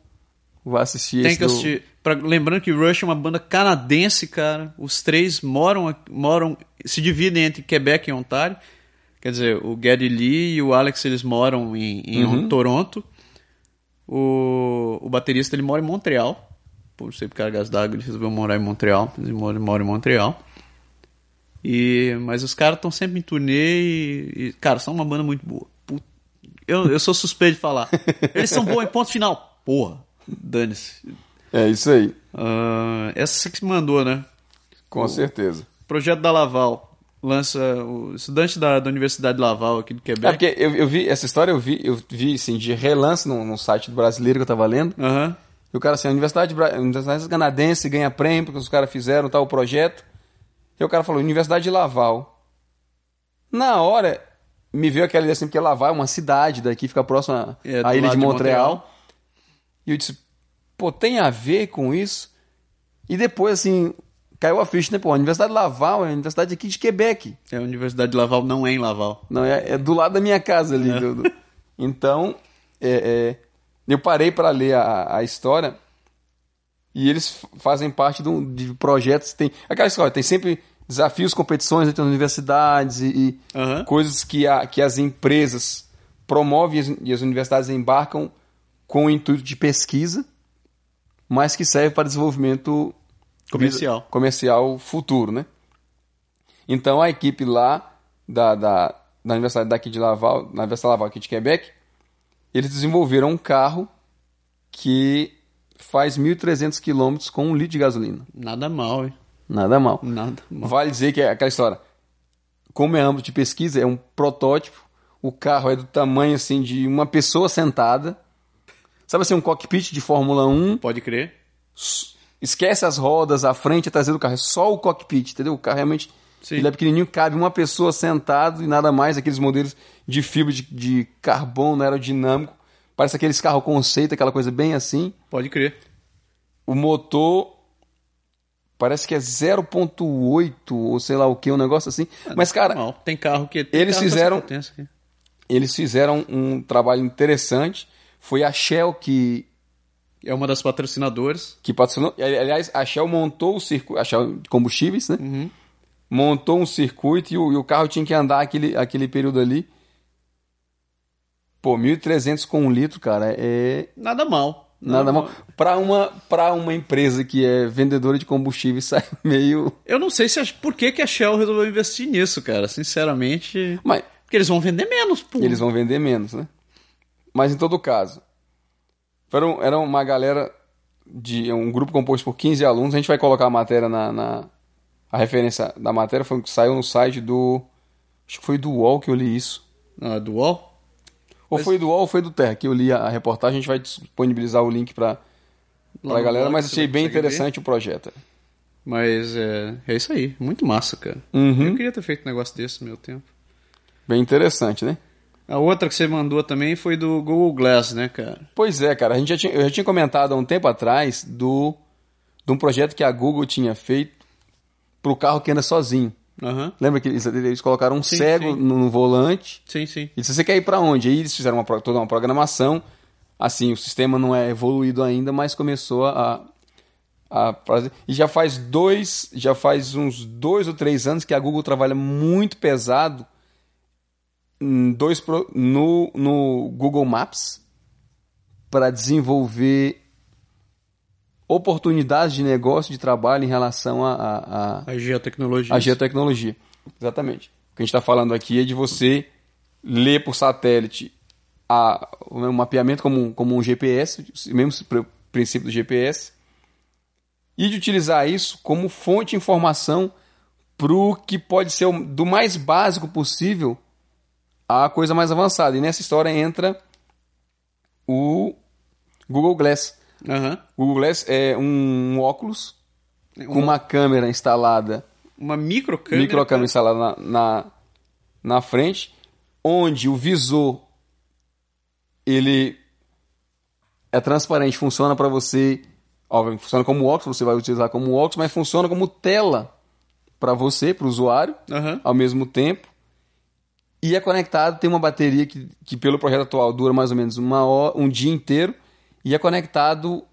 [SPEAKER 2] Vai assistir
[SPEAKER 1] Tem
[SPEAKER 2] esse
[SPEAKER 1] que
[SPEAKER 2] do-
[SPEAKER 1] assistir. Pra- lembrando que Rush é uma banda canadense, cara. Os três moram, aqui- moram se dividem entre Quebec e Ontário. Quer dizer, o Gary Lee e o Alex eles moram em, em
[SPEAKER 2] Uhum.
[SPEAKER 1] Toronto. O, o baterista ele mora em Montreal. Por ser cargas d'água, ele resolveu morar em Montreal. Ele mora, mora em Montreal. E, mas os caras estão sempre em turnê e, e, Cara, são uma banda muito boa. Put- Eu, eu sou suspeito de falar. Eles são bons em ponto final. Porra, dane-se.
[SPEAKER 2] É isso aí,
[SPEAKER 1] Ah, essa você que se mandou, né?
[SPEAKER 2] com certeza.
[SPEAKER 1] Projeto da Laval. Lança o estudante da, da Universidade Laval aqui do
[SPEAKER 2] É
[SPEAKER 1] Quebec.
[SPEAKER 2] porque eu, eu vi essa história, eu vi, eu vi assim, de relance num, num site do brasileiro que eu tava lendo.
[SPEAKER 1] Aham.
[SPEAKER 2] E o cara assim, a Universidade, Bra- a Universidade Canadense ganha prêmio porque os caras fizeram tal projeto. E o cara falou, Universidade de Laval. Na hora, me veio aquela ideia assim, porque Laval é uma cidade daqui, fica próxima
[SPEAKER 1] É, do
[SPEAKER 2] à ilha
[SPEAKER 1] lado
[SPEAKER 2] de
[SPEAKER 1] de
[SPEAKER 2] Montreal.
[SPEAKER 1] Montreal.
[SPEAKER 2] E eu disse, pô, tem a ver com isso? E depois, assim, caiu a ficha, né? Pô, a Universidade Laval é a universidade aqui de Quebec.
[SPEAKER 1] É, a Universidade de Laval não é em Laval.
[SPEAKER 2] Não, é, é do lado da minha casa ali. do- do- Então, é, é, eu parei para ler a, a história e eles f- fazem parte de, um, de projetos. Tem, aquela história, tem sempre desafios, competições entre as universidades e, e
[SPEAKER 1] Aham.
[SPEAKER 2] coisas que, a- que as empresas promovem e as, e as universidades embarcam com o intuito de pesquisa, mas que serve para desenvolvimento
[SPEAKER 1] Comercial.
[SPEAKER 2] comercial futuro, né? Então a equipe lá da, da, da Universidade daqui de Laval, na Universidade Laval aqui de Quebec, eles desenvolveram um carro que faz 1.300 quilômetros com um litro de gasolina.
[SPEAKER 1] Nada mal, hein?
[SPEAKER 2] Nada mal.
[SPEAKER 1] Nada mal.
[SPEAKER 2] Vale dizer que é aquela história. Como é âmbito de pesquisa, é um protótipo. O carro é do tamanho assim de uma pessoa sentada. Sabe assim, um cockpit de Fórmula 1.
[SPEAKER 1] Pode crer.
[SPEAKER 2] Esquece as rodas, a frente, a traseira do carro. É só o cockpit, entendeu? O carro realmente
[SPEAKER 1] Sim.
[SPEAKER 2] ele é pequenininho, cabe uma pessoa sentado e nada mais. Aqueles modelos de fibra de, de carbono aerodinâmico. Parece aqueles carro conceito, aquela coisa bem assim.
[SPEAKER 1] Pode crer.
[SPEAKER 2] O motor parece que é 0.8 ou sei lá o que, um negócio assim. Mas, cara,
[SPEAKER 1] Mal. Tem carro que. tem
[SPEAKER 2] eles
[SPEAKER 1] carro com essa
[SPEAKER 2] fizeram-
[SPEAKER 1] potência aqui.
[SPEAKER 2] eles fizeram um trabalho interessante. Foi a Shell que,
[SPEAKER 1] É uma das patrocinadoras.
[SPEAKER 2] que patrocinou. E, ali- Aliás, a Shell montou o circuito. A Shell de combustíveis, né? Montou um circuito e o, e o carro tinha que andar aquele, aquele período ali. Pô, 1.300 com um litro, cara, é
[SPEAKER 1] Nada mal.
[SPEAKER 2] nada mal. Para uma, pra uma empresa que é vendedora de combustíveis, sai meio.
[SPEAKER 1] Eu não sei se a- por que, que a Shell resolveu investir nisso, cara. Sinceramente.
[SPEAKER 2] Mas
[SPEAKER 1] Porque eles vão vender menos, pô.
[SPEAKER 2] eles vão vender menos, né? Mas em todo caso, foram, era uma galera de um grupo composto por 15 alunos. A gente vai colocar a matéria na, na- a referência da matéria foi o que saiu no site do acho que foi do UOL que eu li isso.
[SPEAKER 1] Não, é do UOL?
[SPEAKER 2] Ou foi do UOL ou foi do Terra que eu li a, a reportagem. A gente vai disponibilizar o link para
[SPEAKER 1] Lá
[SPEAKER 2] a
[SPEAKER 1] no
[SPEAKER 2] galera,
[SPEAKER 1] blog,
[SPEAKER 2] mas
[SPEAKER 1] você
[SPEAKER 2] achei bem
[SPEAKER 1] consegue ver.
[SPEAKER 2] interessante o projeto.
[SPEAKER 1] Mas é, é isso aí. Muito massa, cara.
[SPEAKER 2] Uhum.
[SPEAKER 1] Eu queria ter feito um negócio desse no meu tempo.
[SPEAKER 2] Bem interessante, né?
[SPEAKER 1] A outra que você mandou também foi do Google Glass, né, cara?
[SPEAKER 2] Pois é, cara. A gente já tinha, eu já tinha comentado há um tempo atrás do de um projeto que a Google tinha feito para o carro que anda sozinho.
[SPEAKER 1] Aham.
[SPEAKER 2] Lembra que eles, eles colocaram um
[SPEAKER 1] Sim,
[SPEAKER 2] cego
[SPEAKER 1] sim.
[SPEAKER 2] No, no volante.
[SPEAKER 1] Sim, sim.
[SPEAKER 2] E se você quer ir pra onde? Aí eles fizeram uma pro- toda uma programação. Assim, o sistema não é evoluído ainda, mas começou a, a fazer. E já faz dois, já faz uns dois ou três anos que a Google trabalha muito pesado em dois pro- no, no Google Maps para desenvolver oportunidades de negócio, de trabalho em relação a- a- a
[SPEAKER 1] A geotecnologia.
[SPEAKER 2] a geotecnologia. Exatamente. O que a gente está falando aqui é de você ler por satélite a, o meu mapeamento como, um- como um GPS, o mesmo pr- princípio do GPS, e de utilizar isso como fonte de informação para o que pode ser o- do mais básico possível à coisa mais avançada. E nessa história entra o Google Glass.
[SPEAKER 1] Aham.
[SPEAKER 2] O Google Glass é um óculos com uma câmera instalada
[SPEAKER 1] Uma microcâmera.
[SPEAKER 2] microcâmera instalada na, na, na frente, onde o visor ele é transparente, funciona para você, óbvio, funciona como óculos, você vai utilizar como óculos, mas funciona como tela para você, para o usuário,
[SPEAKER 1] cara. Aham.
[SPEAKER 2] ao mesmo tempo. E é conectado, tem uma bateria que, que pelo projeto atual dura mais ou menos uma hora, um dia inteiro, e é conectado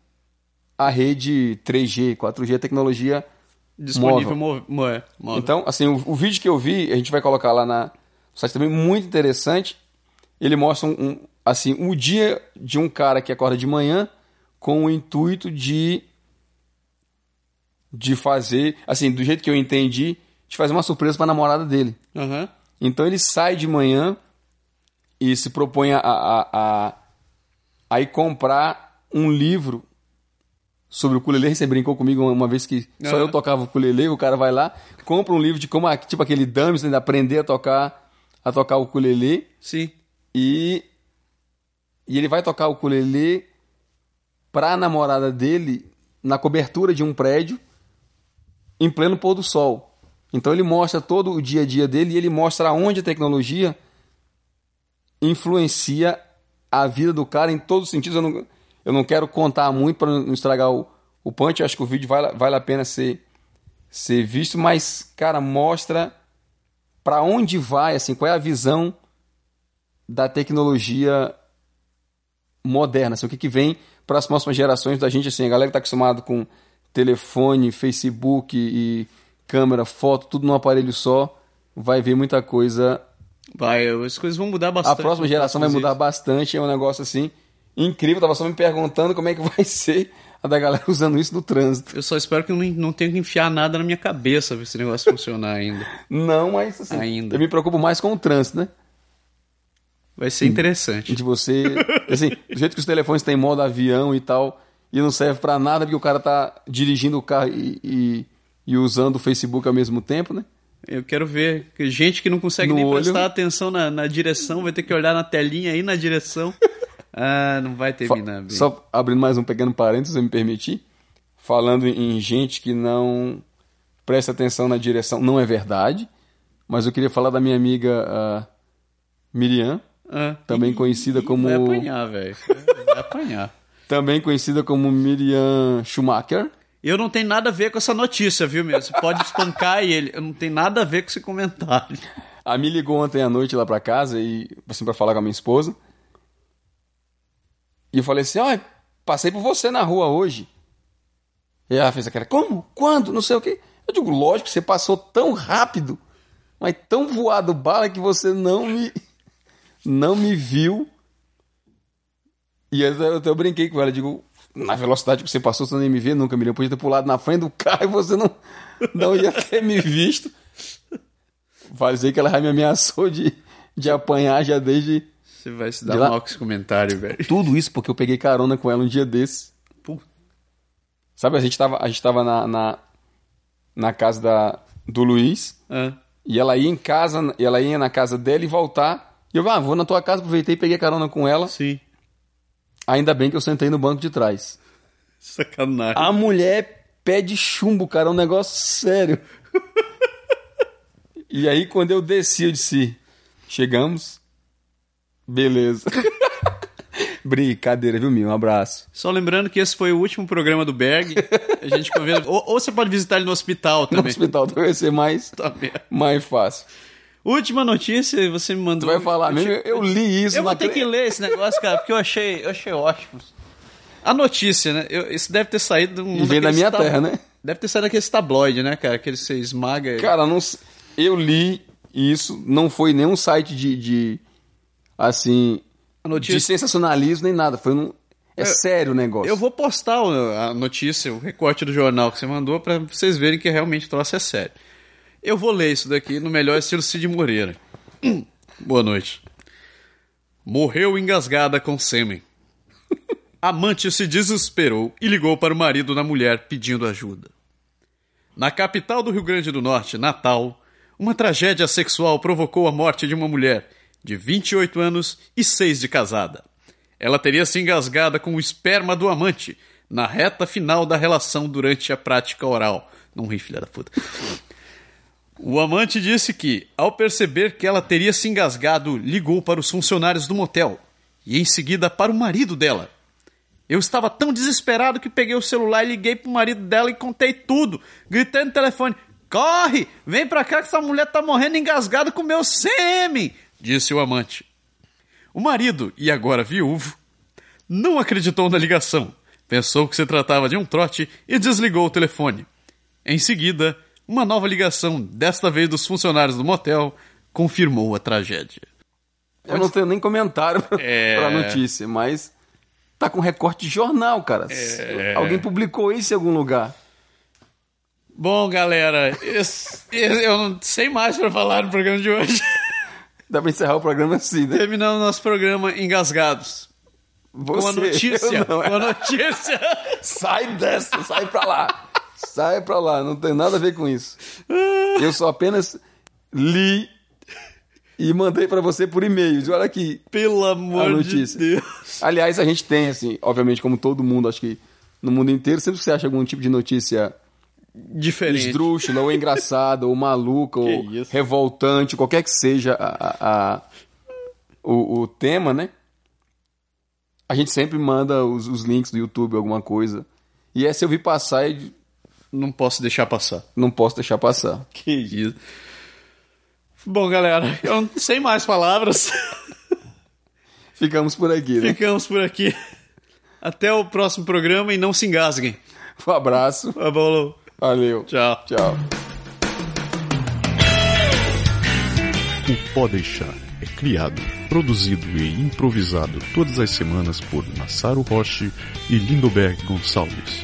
[SPEAKER 2] à rede 3G, 4G, tecnologia
[SPEAKER 1] Disponível. Móvel. Mo é, móvel.
[SPEAKER 2] então, assim, o, o vídeo que eu vi, a gente vai colocar lá na, no site também, muito interessante. Ele mostra um, um, assim, o dia de um cara que acorda de manhã com o intuito de de fazer, assim, do jeito que eu entendi, de fazer uma surpresa para a namorada dele.
[SPEAKER 1] Aham.
[SPEAKER 2] Então ele sai de manhã e se propõe a, a, a, a ir comprar um livro sobre o ukulele. Você brincou comigo uma vez que só
[SPEAKER 1] Aham.
[SPEAKER 2] eu tocava o ukulele, o cara vai lá, compra um livro de como, a- tipo aquele dummies, né, aprender a tocar, a tocar o ukulele
[SPEAKER 1] Sim.
[SPEAKER 2] e, e ele vai tocar o ukulele pra namorada dele na cobertura de um prédio em pleno pôr do sol. Então ele mostra todo o dia a dia dele e ele mostra onde a tecnologia influencia a vida do cara em todos os sentidos. Eu não, Eu não quero contar muito para não estragar o, o punch. Eu acho que o vídeo vale, vale a pena ser, ser visto, mas, cara, mostra para onde vai, assim, qual é a visão da tecnologia moderna, assim, o que, que vem para as próximas gerações da gente, assim, a galera que está acostumada com telefone, Facebook e câmera, foto, tudo num aparelho só, vai ver muita coisa.
[SPEAKER 1] Vai, as coisas vão mudar bastante.
[SPEAKER 2] A próxima geração vai mudar bastante, é um negócio assim incrível. Eu tava só me perguntando como é que vai ser a da galera usando isso no trânsito.
[SPEAKER 1] Eu só espero que eu não, não tenha que enfiar nada na minha cabeça pra esse negócio funcionar ainda.
[SPEAKER 2] Não, mas assim,
[SPEAKER 1] Ainda.
[SPEAKER 2] eu me preocupo mais com o trânsito, né?
[SPEAKER 1] Vai
[SPEAKER 2] Hum.
[SPEAKER 1] ser interessante.
[SPEAKER 2] de você. Assim, do jeito que os telefones têm modo avião e tal, e não serve pra nada porque o cara tá dirigindo o carro e, e, e usando o Facebook ao mesmo tempo, né?
[SPEAKER 1] Eu quero ver que gente que não consegue
[SPEAKER 2] No
[SPEAKER 1] nem
[SPEAKER 2] olho.
[SPEAKER 1] prestar atenção na, na direção, vai ter que olhar na telinha e na direção. Ah, não vai
[SPEAKER 2] Fa-
[SPEAKER 1] terminar bem.
[SPEAKER 2] Só abrindo mais um pequeno parênteses, se eu me permitir, falando em gente que não presta atenção na direção, não é verdade, mas eu queria falar da minha amiga ah, Miriam,
[SPEAKER 1] Ah,
[SPEAKER 2] também conhecida como
[SPEAKER 1] Vai apanhar, velho. Vai apanhar.
[SPEAKER 2] também conhecida como Miriam Schumacher.
[SPEAKER 1] Eu não tenho nada a ver com essa notícia, viu, meu? Você pode espancar ele. Eu não tenho nada a ver com esse comentário.
[SPEAKER 2] A Mi ligou ontem à noite lá pra casa e assim para falar com a minha esposa. E eu falei assim: "Ó, passei por você na rua hoje". E ela fez aquela: "Como? Quando? Não sei o quê". Eu digo: "Lógico, você passou tão rápido, mas tão voado bala que você não me não me viu". E eu, até- eu, até brinquei com ela, digo: "Na velocidade que você passou, você nem me vê nunca, Miriam. Eu podia ter pulado na frente do carro e você não não ia ter me visto". Vale dizer que ela já me ameaçou de, de apanhar já desde
[SPEAKER 1] Você vai se dar
[SPEAKER 2] De lá-
[SPEAKER 1] mal com esse comentário, velho.
[SPEAKER 2] tudo isso, porque eu peguei carona com ela um dia desse.
[SPEAKER 1] Pô,
[SPEAKER 2] Sabe, a gente tava, a gente tava na, na, na casa da, do Luiz,
[SPEAKER 1] ah,
[SPEAKER 2] e ela ia em casa, ela ia na casa dela e voltar. E eu, ah, vou na tua casa, aproveitei e peguei carona com ela.
[SPEAKER 1] sim.
[SPEAKER 2] Ainda bem que eu sentei no banco de trás.
[SPEAKER 1] Sacanagem. Ah,
[SPEAKER 2] A mulher pede chumbo, cara, é um negócio sério. E aí, quando eu desci, eu disse: Chegamos? Beleza. Brincadeira, viu, Mio? Um abraço.
[SPEAKER 1] Só lembrando que esse foi o último programa do Berg. A gente convida. ou, ou você pode visitar ele no hospital
[SPEAKER 2] No
[SPEAKER 1] também.
[SPEAKER 2] hospital vai ser mais,
[SPEAKER 1] Tá merda.
[SPEAKER 2] mais fácil.
[SPEAKER 1] Última notícia, você me
[SPEAKER 2] Tu
[SPEAKER 1] mandou. um
[SPEAKER 2] vai falar
[SPEAKER 1] Eu
[SPEAKER 2] mesmo?
[SPEAKER 1] te-
[SPEAKER 2] Eu li isso
[SPEAKER 1] Eu vou
[SPEAKER 2] na
[SPEAKER 1] ter que
[SPEAKER 2] cre-
[SPEAKER 1] ler esse negócio, cara, porque eu achei, eu achei ótimo. A notícia, né? Eu- isso deve ter saído de um.
[SPEAKER 2] E vem da
[SPEAKER 1] daqueles
[SPEAKER 2] minha
[SPEAKER 1] ta-
[SPEAKER 2] terra, né?
[SPEAKER 1] Deve ter saído daqueles tabloide, né, cara? Aquele que você esmaga.
[SPEAKER 2] Cara, não, s- eu li isso, não foi nenhum site de, de assim,
[SPEAKER 1] a
[SPEAKER 2] de
[SPEAKER 1] notícia.
[SPEAKER 2] sensacionalismo nem nada. Foi um, é sério o negócio.
[SPEAKER 1] Eu vou postar o- a notícia, o recorte do jornal que você mandou, pra vocês verem que realmente o troço é sério. Eu vou ler isso daqui no melhor estilo Cid Moreira. Hum, Boa noite. Morreu engasgada com sêmen. Amante se desesperou e ligou para o marido da mulher pedindo ajuda. Na capital do Rio Grande do Norte, Natal, uma tragédia sexual provocou a morte de uma mulher de 28 anos e 6 de casada. Ela teria se engasgada com o esperma do amante na reta final da relação durante a prática oral. Não ri, filha da puta. O amante disse que, ao perceber que ela teria se engasgado, ligou para os funcionários do motel e, em seguida, para o marido dela. Eu estava tão desesperado que peguei o celular e liguei pro marido dela e contei tudo. Gritei no telefone: Corre! Vem pra cá que essa mulher tá morrendo engasgada com meu sêmen! Disse o amante. O marido, e agora viúvo, não acreditou na ligação. Pensou que se tratava de um trote e desligou o telefone. Em seguida, uma nova ligação, desta vez dos funcionários do motel, confirmou a tragédia.
[SPEAKER 2] Eu não tenho nem comentário pra,
[SPEAKER 1] É.
[SPEAKER 2] pra notícia, mas tá com recorte de jornal, cara.
[SPEAKER 1] É.
[SPEAKER 2] Alguém publicou isso em algum lugar.
[SPEAKER 1] Bom, galera, esse- esse- eu não sei mais pra falar no programa de hoje.
[SPEAKER 2] Dá pra encerrar o programa assim, né?
[SPEAKER 1] Terminamos nosso programa engasgados.
[SPEAKER 2] Você,
[SPEAKER 1] Com a notícia.
[SPEAKER 2] eu não. é.
[SPEAKER 1] Com a notícia.
[SPEAKER 2] Sai dessa, sai pra lá. Sai pra lá, não tem nada a ver com isso. Eu só apenas li e mandei pra você por e-mail. Diz, Olha aqui.
[SPEAKER 1] Pelo amor
[SPEAKER 2] A notícia.
[SPEAKER 1] de Deus.
[SPEAKER 2] Aliás, a gente tem, assim, obviamente, como todo mundo, acho que no mundo inteiro, sempre que você acha algum tipo de notícia
[SPEAKER 1] Diferente.
[SPEAKER 2] esdrúxula, ou engraçada, ou maluca, ou
[SPEAKER 1] Que isso.
[SPEAKER 2] revoltante, qualquer que seja a- a- a- o, o tema, né? A gente sempre manda os, os links do YouTube, alguma coisa. E essa eu vi passar e
[SPEAKER 1] Não posso deixar passar.
[SPEAKER 2] não posso deixar passar.
[SPEAKER 1] Que isso. Bom, galera, eu, sem mais palavras,
[SPEAKER 2] Ficamos por aqui, né?
[SPEAKER 1] ficamos por aqui. Até o próximo programa e não se engasguem.
[SPEAKER 2] Um abraço.
[SPEAKER 1] Falou.
[SPEAKER 2] Valeu.
[SPEAKER 1] Tchau.
[SPEAKER 2] Tchau.
[SPEAKER 3] O Pó Deixar é criado, produzido e improvisado todas as semanas por Massaro Roche e Lindoberg Gonçalves.